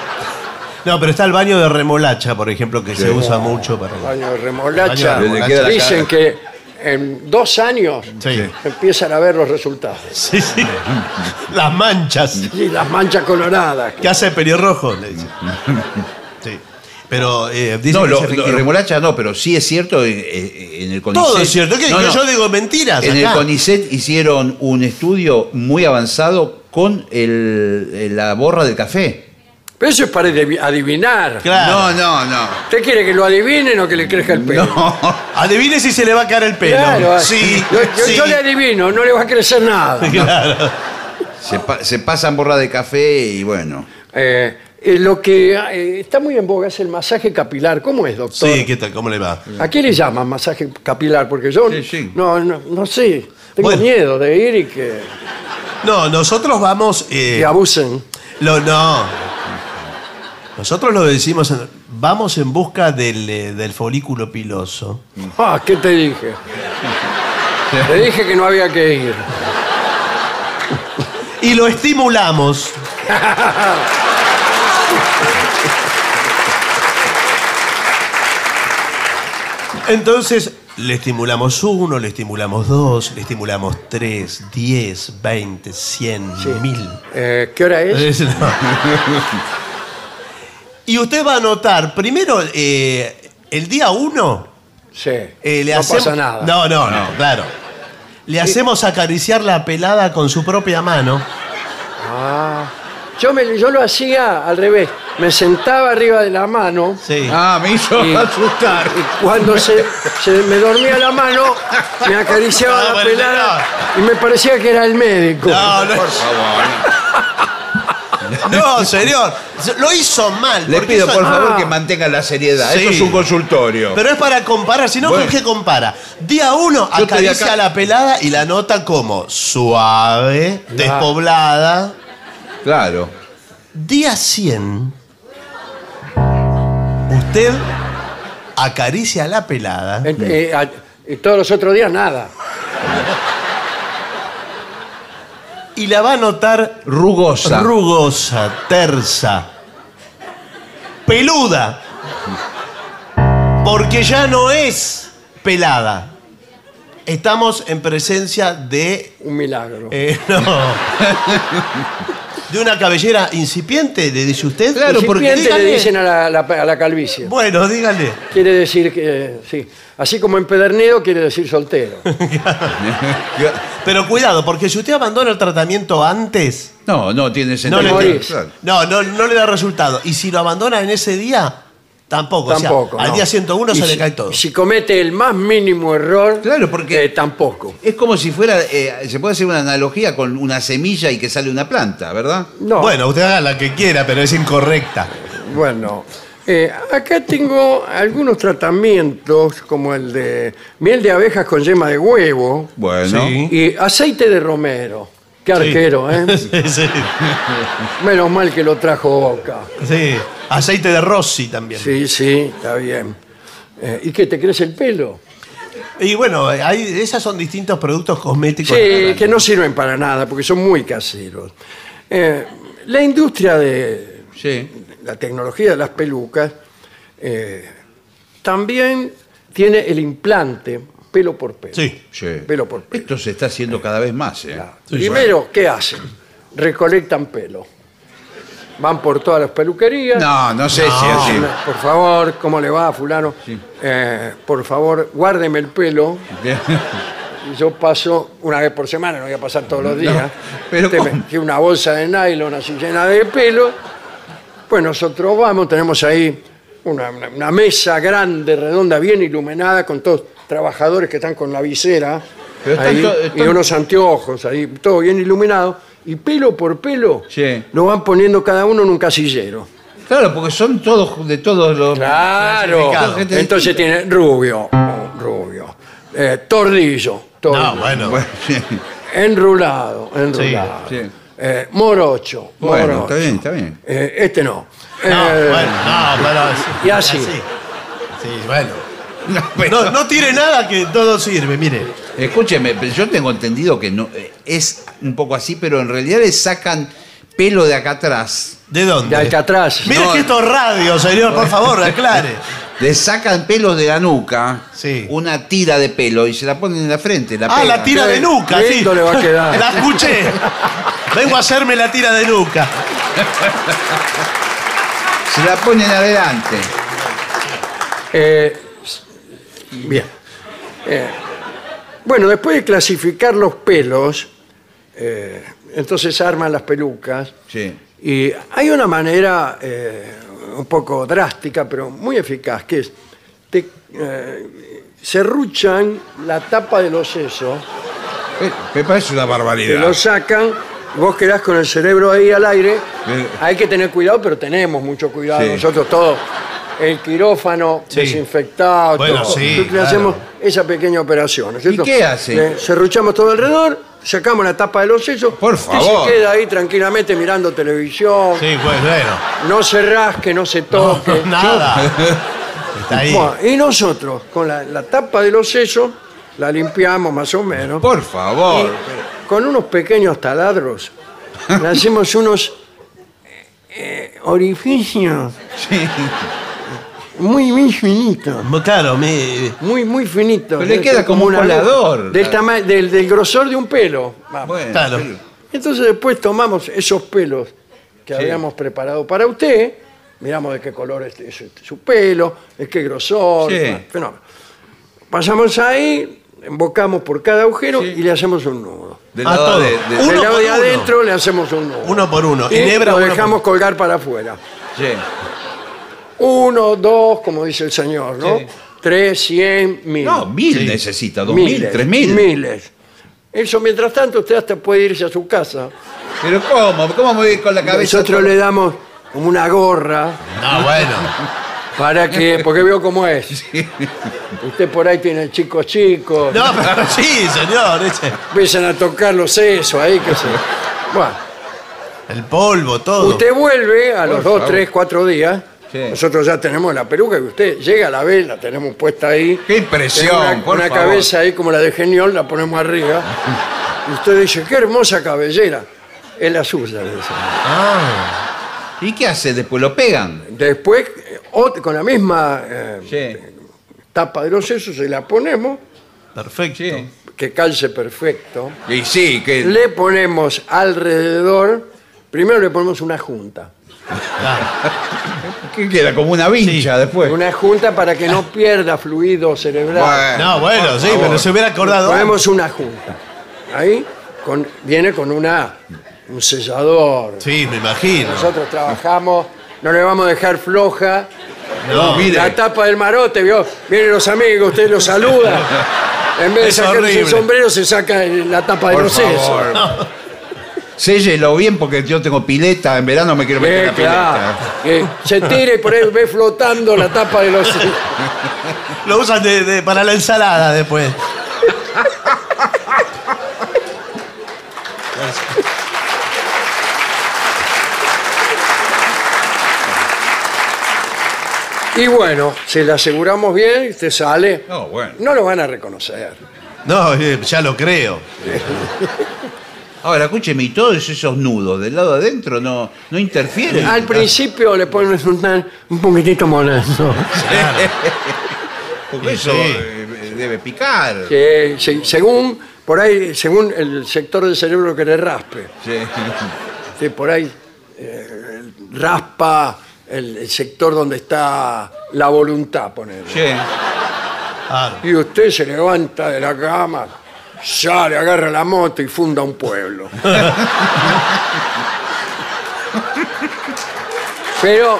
No, pero está el baño de remolacha, por ejemplo, que se usa mucho para.
Baño de remolacha.
Baño de remolacha.
Dicen que en dos años
Sí.
empiezan a ver los resultados.
Sí, sí. Las manchas.
Y las manchas coloradas.
¿Qué hace pelirrojo? Le dice. Sí. Pero eh, dicen
No,
que
lo-
se
lo-
requiere-
remolacha no, pero sí es cierto eh, eh, en el CONICET.
Todo es cierto. ¿Qué?
No, no.
Yo digo mentiras.
En
acá.
el CONICET hicieron un estudio muy avanzado con el- eh, la borra del café.
Pero eso es para adiv- adivinar.
No, no, no.
¿Usted quiere que lo adivinen o que le crezca el pelo?
Adivine si se le va a caer el pelo.
Claro,
sí,
yo, yo-
sí.
yo le adivino, no le va a crecer nada.
Claro.
Se, pa- se pasan borra de café y bueno.
Eh, eh, lo que eh, está muy en boga es el masaje capilar. ¿Cómo es, doctor?
Sí, ¿qué tal? ¿Cómo le va?
¿A qué le llaman masaje capilar? Porque yo No, no, no sé. Tengo
Bueno.
miedo de ir y que,
No, nosotros vamos. eh,
que abusen.
lo, no. Nosotros lo decimos. en- vamos en busca del, eh, del folículo piloso.
Ah, ¿qué te dije? Te dije que no había que ir.
Y lo estimulamos. Entonces, le estimulamos uno, le estimulamos dos, le estimulamos tres, diez, veinte, cien, mil.
Eh, ¿Qué hora es?
Es- no. y usted va a notar, primero, eh, el día uno,
Sí.
eh, le
no
hacemos-
pasa nada.
No, no, no, claro. Le hacemos acariciar la pelada con su propia mano.
Ah. Yo, me- yo lo hacía al revés. Me sentaba arriba de la mano.
Sí.
Ah, me hizo
Y-
asustar.
y cuando se, se me dormía la mano, me acariciaba
No,
la
Ah, bueno,
pelada y me parecía que era el médico.
No, no,
Por favor.
no, señor. Lo hizo mal.
Le
porque
pido
eso-
por favor
Ah,
que mantenga la seriedad.
Sí.
Esto es un consultorio.
Pero es para comparar, si no,
Bueno.
¿con qué compara? Día uno
Yo estoy
acaricia
acá.
a la pelada y la nota como suave, despoblada.
Claro.
Día 100, usted acaricia a la pelada.
En- eh, a- y todos los otros días nada.
y la va a notar
Rugosa.
rugosa, tersa, peluda. Porque ya no es pelada. Estamos en presencia de.
Un milagro.
eh, no. De una cabellera incipiente, le dice usted.
Claro, porque
Incipiente le
dígale-
dicen a la, la- a la calvicie.
Bueno, dígale.
Quiere decir que, sí. Así como empedernido quiere decir soltero.
Pero cuidado, porque si usted abandona el tratamiento antes,
No, no tiene
no
sentido.
le,
morís.
Claro.
no, no, no le da resultado. Y si lo abandona en ese día, tampoco. o sea,
Tampoco.
al
no.
día 101
Y
se
si-
le cae todo.
Si comete el más mínimo error,
Claro, porque-
eh, tampoco.
Es como si fuera, eh, se puede hacer una analogía con una semilla y que sale una planta, ¿verdad?
No.
Bueno, usted haga la que quiera, pero es incorrecta.
Bueno, Eh, acá tengo algunos tratamientos como el de miel de abejas con yema de huevo.
Bueno. Sí.
Y aceite de romero. Qué arquero, ¿eh?
Sí, sí.
Menos mal que lo trajo Boca.
Sí. Aceite de Rossi también.
Sí, sí, está bien. Eh, ¿Y qué te crece el pelo?
Y bueno, hay, esas son distintos productos cosméticos.
Sí, que no sirven para nada porque son muy caseros. Eh, la industria de la tecnología de las pelucas eh, también tiene el implante pelo por pelo.
Sí.
Sí.
Pelo por pelo.
Esto se está haciendo cada vez más, ¿eh?
Primero, ¿qué hacen? Recolectan pelo. Van por todas las peluquerías.
No, no sé si
No,
así.
no, Por favor, ¿cómo le va a fulano? Eh, por favor, guárdeme el pelo. Y Yo paso una vez por semana, no voy a pasar todos los días.
pero
Usted me-
¿cómo?
tiene una bolsa de nylon así llena de pelo. Pues nosotros vamos, tenemos ahí una, una- una mesa grande, redonda, bien iluminada, con todos trabajadores que están con la visera
Pero están
ahí,
to- están-
y unos anteojos ahí, todo bien iluminado. Y pelo por pelo
Sí.
lo van poniendo cada uno en un casillero.
Claro, porque son todos de todos los.
Claro.
Clasificado. Gente
Entonces tiene rubio, rubio, eh, tordillo, tordillo,
No, bueno.
Bueno, sí,
enrulado, enrulado,
sí.
eh, morocho,
Bueno,
morocho.
está bien, está bien.
Eh, este no.
No,
Eh,
bueno, no, pero. es-
y así.
Sí, bueno. No, no tire nada que todo sirve, mire.
Escúcheme, pero yo tengo entendido que no eh, es un poco así, pero en realidad le sacan pelo de acá atrás.
¿De
De
dónde?
Alcatraz.
Mire
No.
que esto es radio, señor, por favor, aclare.
Le sacan pelos de la nuca,
Sí.
una tira de pelo y se la ponen en la frente. La
Ah, la
pegan.
tira de nuca, sí.
Lindo le va a quedar.
La escuché. Vengo a hacerme la tira de nuca.
Se la ponen adelante.
Eh, s- bien. Eh, bueno, después de clasificar los pelos, eh, entonces arman las pelucas.
Sí.
Y hay una manera eh, un poco drástica, pero muy eficaz, que es, te eh, serruchan la tapa de los sesos,
Eh, Me parece una
te
barbaridad.
lo sacan, y vos quedás con el cerebro ahí al aire.
Eh.
Hay que tener cuidado, pero tenemos mucho cuidado.
Sí.
Nosotros todos, el quirófano
Sí.
desinfectado,
Bueno,
todo.
sí,
Nosotros
claro.
hacemos esa pequeña operación. ¿no es cierto?
qué hace?
Le serruchamos todo alrededor, sacamos la tapa de los sesos.
Por
usted
favor.
se queda ahí tranquilamente mirando televisión.
Sí, pues bueno.
No se rasque, no se toque.
Eh,
Nada. Está ahí.
Bueno, y nosotros, con la, la tapa de los sesos, la limpiamos más o menos.
Por favor.
Con unos pequeños taladros, le hacemos unos eh, orificios
Sí.
muy, muy finitos.
Claro, me.
Muy, muy finitos.
Pero le queda como un
una-
colador.
Del, tama- del, del grosor de un pelo. Vamos.
Bueno,
Claro.
sí.
Entonces después tomamos esos pelos que habíamos preparado para usted, miramos de qué color es, es su pelo, de qué grosor,
Sí.
bueno, fenómeno. Pasamos ahí, embocamos por cada agujero y le hacemos un nudo.
Del
Ah,
lado
todo.
de- de-
Uno
Del lado
por
de
uno.
adentro le hacemos un nudo.
Uno por uno.
Y
En hebra,
lo
uno por-
dejamos colgar para afuera.
Sí.
Uno, dos, como dice el señor, ¿no?
Sí.
Tres, cien, mil.
No, mil necesita, dos mil, tres mil.
Miles. Eso, mientras tanto, usted hasta puede irse a su casa.
Pero ¿cómo? ¿Cómo me voy a ir con la cabeza?
Nosotros le damos como una gorra
No, bueno.
para que, porque veo cómo es. Usted por ahí tiene chicos chicos,
No, pero sí, señor. ese-
empiezan a tocar los sesos ahí, qué sé. Bueno,
El polvo, todo.
usted vuelve a los
Por
dos,
favor.
tres, cuatro días.
Sí.
Nosotros ya tenemos la peluca que usted llega a la vez, la tenemos puesta ahí.
¡Qué impresión,
Tenemos Una,
por
una
favor.
cabeza ahí como la de Geniol, la ponemos arriba. Y usted dice, qué hermosa cabellera. Es la suya, le dice.
Ah,
¿Y qué hace? Después lo pegan.
Después, eh, ot- con la misma eh,
Sí.
tapa de los sesos, se la ponemos,
perfecto.
que calce perfecto.
Y sí, que.
Le ponemos alrededor, primero le ponemos una junta.
Claro.
¿Qué queda? Como una vincha después.
Una junta para que no pierda fluido cerebral.
Bueno,
No, bueno, sí,
favor.
pero se hubiera acordado.
Ponemos una junta. Ahí con- viene con una, un sellador.
Sí, me imagino.
Nosotros trabajamos, no le vamos a dejar floja.
No,
mire.
La tapa del marote, vio. Vienen los amigos, usted los saluda. En vez de
Es
sacarse el
horrible.
sombrero, se saca el- la tapa de
Por
los sesos.
favor. séllelo bien porque yo tengo pileta, en verano me quiero meter en
Eh,
la
claro,
pileta.
que se tira y por ahí ve flotando la tapa de los...
Lo usan de- de- para la ensalada después.
Y bueno, se la aseguramos bien y usted sale. No,
bueno.
No lo van a reconocer.
No, eh, ya lo creo.
Ahora, escúcheme, y todos esos nudos del lado de adentro no, no interfieren.
Al principio le ponen un, un poquitito molesto.
Porque
Y
eso
sí.
eh, debe picar.
Que, se- según, por ahí, según el sector del cerebro que le raspe.
Sí.
que por ahí eh, raspa el, el sector donde está la voluntad, poner.
Ah,
Y usted se levanta de la cama, sale, agarra la moto y funda un pueblo. Pero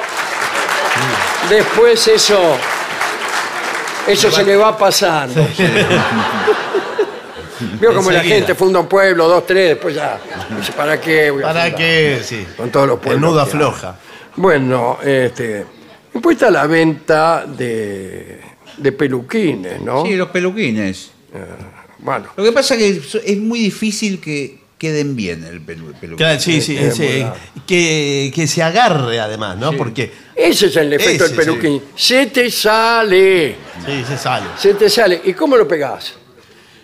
después eso, eso se le va pasando. Vio como la
Enseguida.
gente funda un pueblo, dos, tres, después ya. dice, ¿Para qué? voy a
¿Para
fundar?"
qué? Sí.
Con todos los pueblos.
El nudo
que hay.
afloja.
Bueno, este, impuesta la venta de, de peluquines, ¿no?
Sí, los peluquines.
Bueno.
Lo que pasa es que so- es muy difícil que queden bien el pelu- peluquín.
Claro, sí, sí, sí. Que, que se agarre además, ¿no? Porque.
Ese es el efecto
Ese,
del peluquín. Se te sale.
Sí, se sale.
Se te sale. ¿Y cómo lo pegás?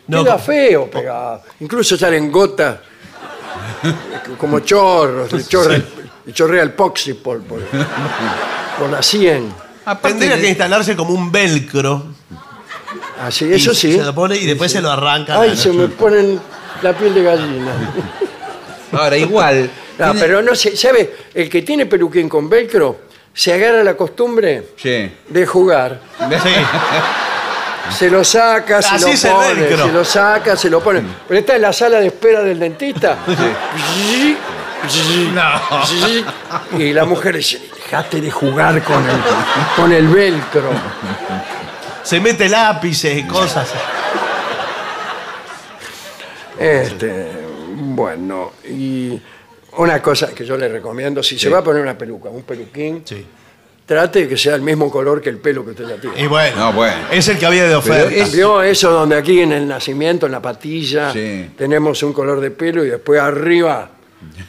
No,
Queda
co-
feo pegado. Incluso salen gotas como chorros. Le chorrea, le chorrea el poxy por, por, por la sien.
Tendría que instalarse como un velcro.
Así, eso
Y
sí.
Se lo pone y después se lo arranca.
Ay, se me ponen la piel de gallina.
Ahora, igual.
No, pero no sé, ¿sabe? El que tiene peluquín con velcro se agarra la costumbre
Sí.
de jugar. Se lo saca, se
Así
lo
es el
pone,
velcro.
se lo saca, se lo pone. Pero está en la sala de espera del dentista. Y la mujer dice, dejate de jugar con el, con el velcro.
Se mete lápices y cosas.
Este, bueno, y una cosa que yo le recomiendo, si se va a poner una peluca, un peluquín, trate de que sea el mismo color que el pelo que usted ya tiene.
Y bueno.
No, bueno.
Es el que había de
Pero
oferta.
es- ¿Vio eso donde aquí en el nacimiento, en la patilla,
Sí.
tenemos un color de pelo y después arriba,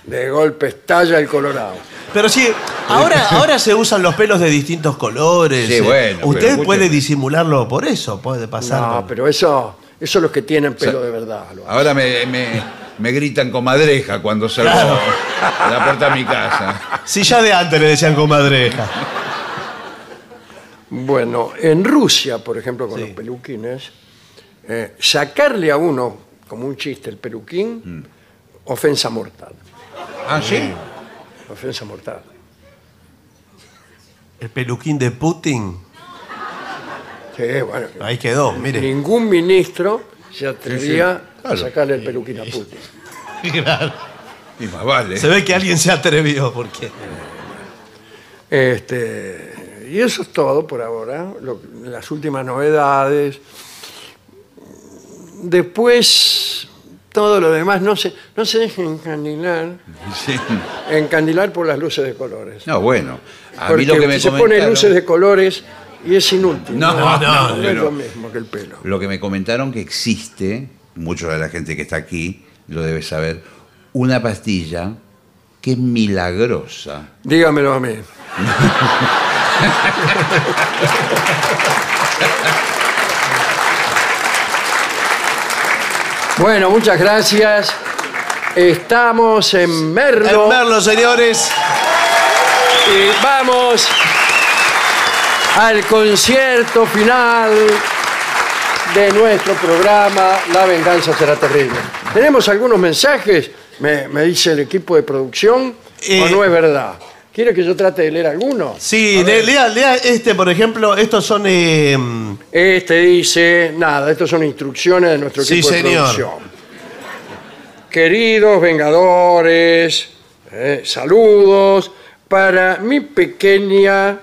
de golpe, estalla el colorado?
Pero sí, ahora, ahora se usan los pelos de distintos colores.
Sí,
eh.
bueno,
Usted
pero mucho-
puede disimularlo por eso, puede pasar.
No, Ah, pero eso, eso los que tienen pelo de verdad. lo-
Ahora me, me, me gritan comadreja cuando salgo a la puerta de mi casa.
Si ya de antes le decían comadreja.
Bueno, en Rusia, por ejemplo, con los peluquines, eh, sacarle a uno, como un chiste, el peluquín, ofensa mortal.
¿Ah, sí?
Ofensa mortal.
El peluquín de Putin.
Sí, bueno,
Ahí quedó, mire.
ningún ministro se atrevía
claro.
a sacarle el peluquín a Putin.
Y más vale.
Se ve que alguien se atrevió porque.
Este, y eso es todo por ahora, lo- las últimas novedades. Después, todo lo demás, no se, no se dejen encandilar,
Sí.
encandilar por las luces de colores.
No, bueno. A
Porque
mí lo que me
se pone
comentaron-
luces de colores y es inútil.
No, no,
no, es
pero-
lo mismo que el pelo.
Lo que me comentaron que existe, mucha de la gente que está aquí lo debe saber, una pastilla que es milagrosa.
Dígamelo a mí. bueno, muchas gracias. Estamos en Merlo
En verlo, señores.
y vamos al concierto final de nuestro programa La venganza será terrible. Tenemos algunos mensajes, me, me dice el equipo de producción, o
Eh,
no es verdad. ¿Quiere que yo trate de leer alguno?
Sí, le- lea, lea este, por ejemplo. Estos son. eh,
Este dice, nada, estas son instrucciones de nuestro
Sí,
equipo de
señor.
producción. Queridos vengadores, eh, saludos para mi pequeña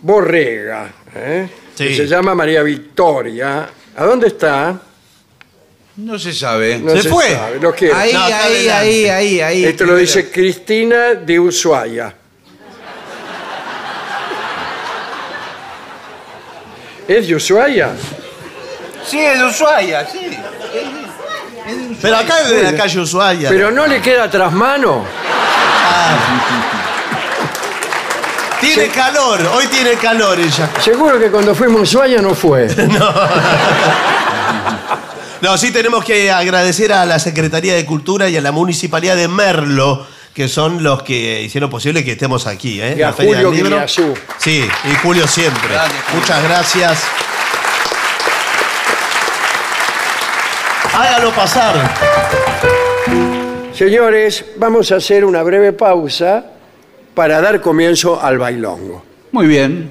borrega, eh, que
Sí.
se llama María Victoria. ¿A dónde está?
No se sabe.
No se sabe, no quiero.
Ahí, ahí, ahí, ahí, ahí.
Esto lo dice Cristina de Ushuaia. ¿Es de Ushuaia?
Sí, es de Ushuaia, sí.
Pero acá es de la calle Ushuaia.
Pero no le queda tras mano.
Ah. Tiene calor, hoy tiene calor ella.
Seguro que cuando fuimos a Ushuaia no fue.
No, sí tenemos que agradecer a la Secretaría de Cultura y a la Municipalidad de Merlo, que son los que hicieron posible que estemos aquí. ¿eh?
Y a
La Feria del
Julio
Libro.
Guiñazú.
Sí, y Julio siempre. Muchas gracias. Hágalo pasar.
Señores, vamos a hacer una breve pausa para dar comienzo al bailongo.
Muy bien.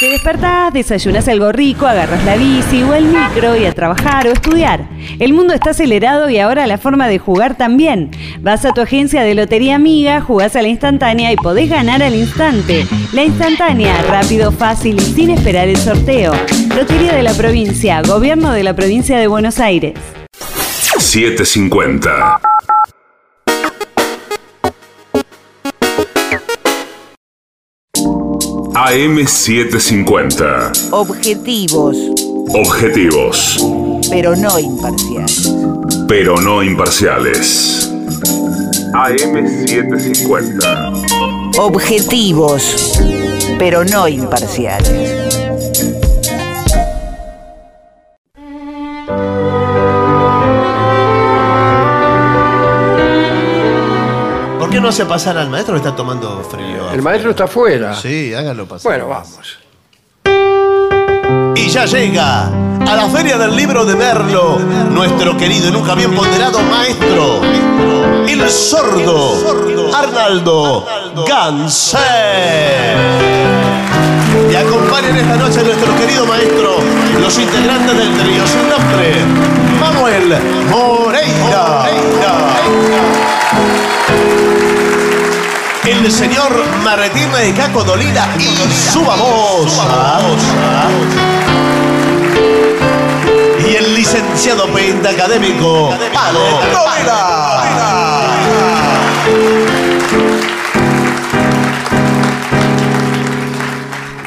Te despertás, desayunas algo rico, agarras la bici o el micro y a trabajar o estudiar. El mundo está acelerado y ahora la forma de jugar también. Vas a tu agencia de lotería amiga, jugás a la instantánea y podés ganar al instante. La instantánea, rápido, fácil y sin esperar el sorteo. Lotería de la provincia, gobierno de la provincia de Buenos Aires.
750. AM750.
Objetivos,
Objetivos,
pero no imparciales.
pero no imparciales. AM750.
Objetivos, pero no imparciales.
¿Por qué no hace pasar al maestro que está tomando frío?
El maestro está afuera.
Sí, hágalo pasar.
Bueno, vamos.
Y ya llega a la Feria del Libro de Merlo nuestro querido y nunca bien ponderado maestro, el sordo Arnaldo Ganser. Y acompañan esta noche a nuestro querido maestro, los integrantes del trío sin nombre, Manuel Moreira. El señor Marretín de Caco Dolina y su babosa y el licenciado pentacadémico Palo Dávila.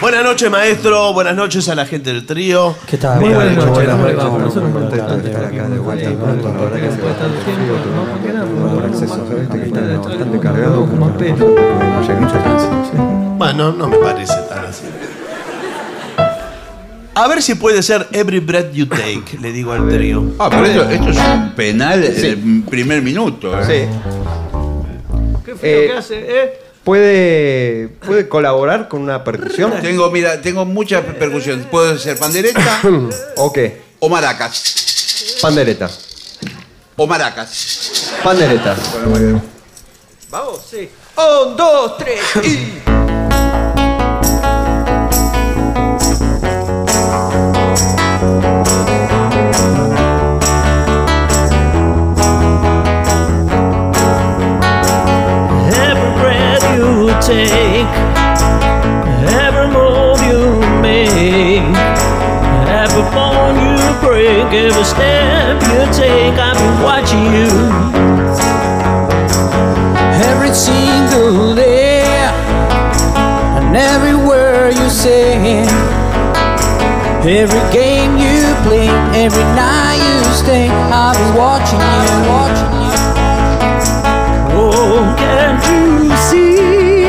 Buenas noches, maestro. Buenas noches a la gente del trío.
¿Qué tal?
Muy buenas noches,
Muy
Rafael.
buenas noches.
Nosotros
Muy contentos de estar acá de vuelta pronto. La verdad que se va bastante frío, tuvimos problemas por acceso. Hay gente que está bastante cargado, como no llega mucha cansancio.
Bueno, no me parece tan así. A ver si puede ser Every Breath You Take, le digo al trío.
Ah, pero esto, esto es un penal el primer minuto. ¿eh?
¿Qué frío que hace, eh? ¿Puede, ¿Puede colaborar con una percusión?
Tengo, mira, tengo muchas percusiones. Puedo ser pandereta
¿O qué?
o maracas.
Pandereta.
O maracas.
Pandereta.
Vamos, sí. Un, dos, tres y.
Every breath you take, every move you make, every bone you break, every step you take, I've been watching you.
Every single day and every word you say, every game you play, every night you stay, I've been watching you, watching you.
Oh, can't you see?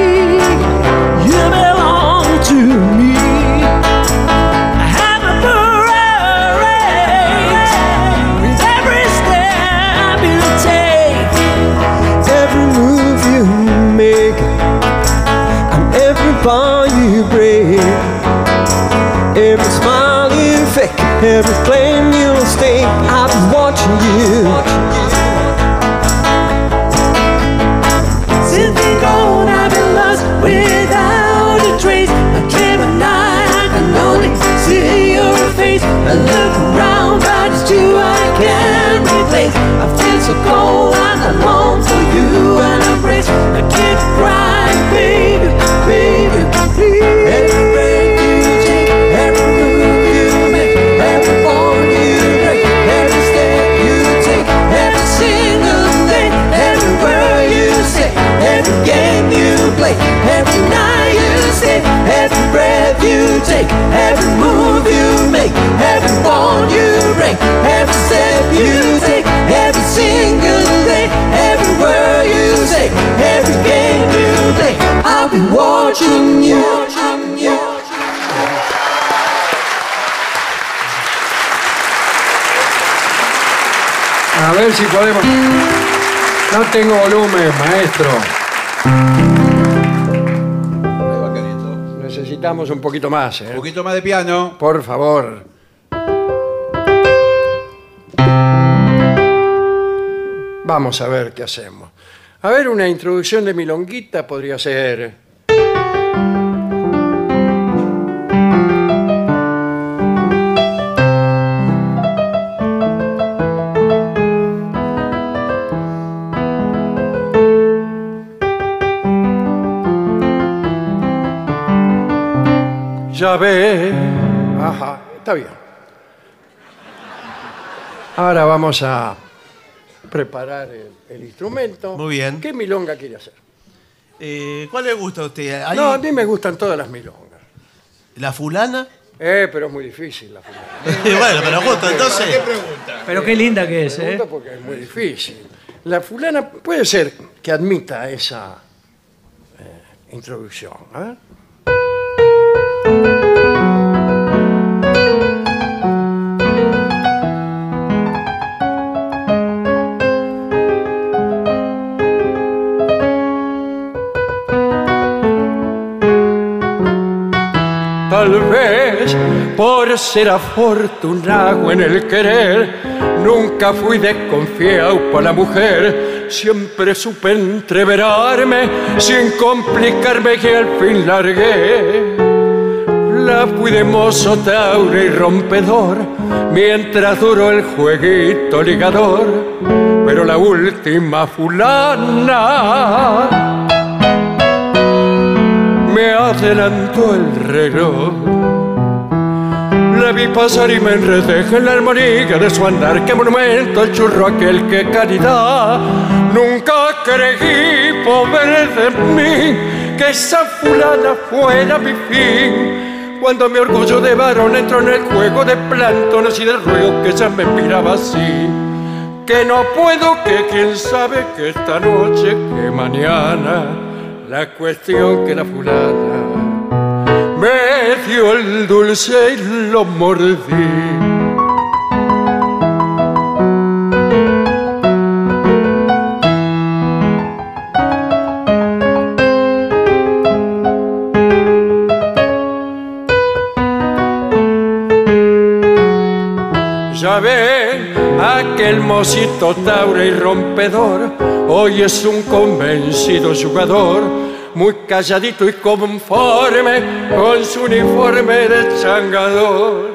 You belong to me. Have a parade with every step you take.
Every move you make and every bond you break, every smile you fake, every claim you stake, I've been watching you.
so cold and I long for you and I'm rich. I keep crying, baby, baby, please. Every breath you take, every move you make, every bone you break, every step you take, every single thing, every word you say, every game you play, every night you stay, every breath you take, every move you make, every bone you break, every step you take, every single day, every word you say, every game you play. I'll be watching you.
A ver si podemos. No tengo volumen, maestro. Necesitamos un poquito más. ¿eh? Un poquito más de piano. Por favor. Vamos a ver qué hacemos. A ver, una introducción de Milonguita podría ser. Ya ve. Ajá, está bien. Ahora vamos a preparar el, el instrumento.
Muy bien.
¿Qué milonga quiere hacer?
Eh, ¿Cuál le gusta a usted? ¿Hay
No, a mí me gustan todas las milongas.
¿La fulana?
Eh, pero es muy difícil la fulana.
bueno, pero justo, entonces.
Pero qué linda que es, ¿eh?
Pregunto porque es muy difícil. La fulana puede ser que admita esa eh, introducción. A ver. Tal vez por ser afortunado en el querer, nunca fui desconfiado para la mujer. Siempre supe entreverarme sin complicarme que al fin largué. La fui de mozo tauro y rompedor, mientras duró el jueguito ligador. Pero la última fulana me adelantó el reloj. La vi pasar y me enredé en la armonía de su andar. Qué monumento el churro aquel, que caridad. Nunca creí, pobre de mí, que esa fulana fuera mi fin. Cuando mi orgullo de varón entró en el juego de plantones y de ruego que ella me miraba así. Que no puedo, que quién sabe que esta noche, que mañana. La cuestión que la fulana me dio el dulce y lo mordí. Ya ve, aquel mocito taura y rompedor, hoy es un convencido jugador, muy calladito y conforme con su uniforme de changador.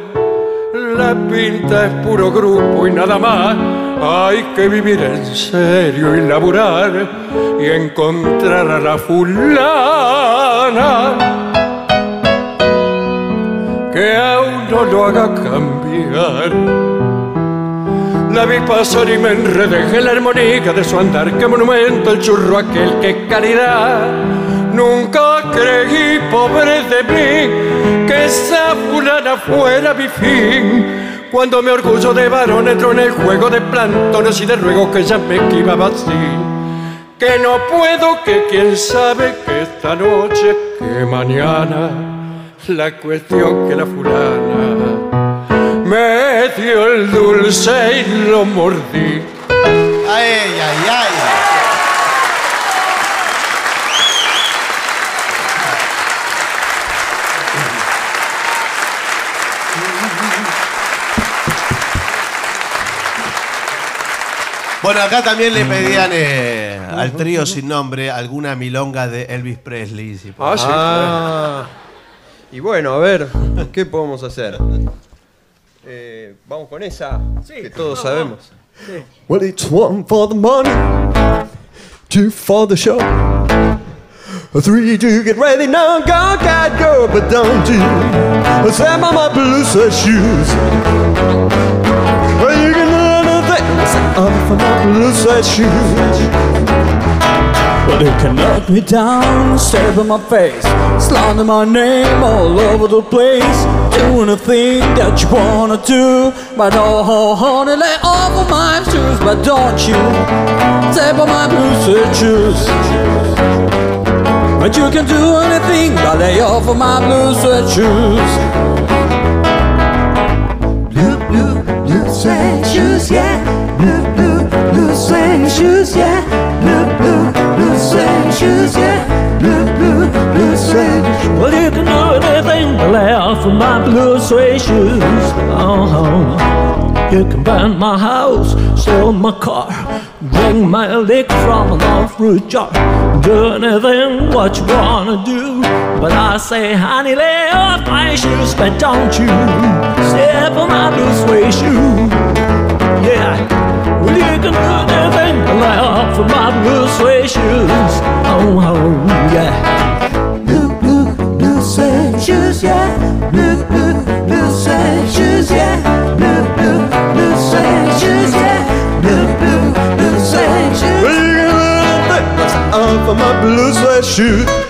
La pinta es puro grupo y nada más, hay que vivir en serio y laburar y encontrar a la fulana que aún no lo haga cambiar. La vi pasar y me enredé en la armónica de su andar. Qué monumento el churro aquel, qué caridad. Nunca creí, pobre de mí, que esa fulana fuera mi fin. Cuando mi orgullo de varón entró en el juego de plantones y de ruego que ya me equivaba así. Que no puedo, que quién sabe que esta noche, que mañana, la cuestión que la fulana me dio el dulce y lo mordí.
Ay, ay, ay. Bueno, acá también le pedían eh, al trío sin nombre alguna milonga de Elvis Presley. si puede.
Ah. Y bueno, a ver, ¿qué podemos hacer? Eh, vamos con esa, que todos sabemos.
Well, it's one for the money, two for the show, three to get ready. Now go, God, go, but don't you slam on my blue suede shoes. Well, you can do anything except on for my blue suede shoes.
Well, they can knock me down, step in my face, slander my name all over the place, doing a thing that you wanna do. But oh, honey, lay off of my shoes, but don't you step on my blue suede shoes. But you can do anything, but lay off of my blue suede shoes.
Blue suede shoes, yeah. Blue, blue, blue suede shoes, yeah. Blue, blue, blue suede shoes, yeah. Blue, blue, blue suede
Well, you can do anything but lay off of my blue suede shoes. Oh, you can burn my house, steal my car, drink my liquor from an off-root jar. Do anything what you wanna do, but I say, honey, lay off my shoes, but don't you step on my blue suede shoe. Yeah, well, you can do anything but lay off of my blue suede shoes. Oh, oh, yeah.
blue suede shoes, yeah. Blue, blue, blue suede shoes, yeah. Blue, blue, blue suede shoes, yeah. Blue, blue, blue suede shoes.
Well, you can do anything except on for my blue suede shoes.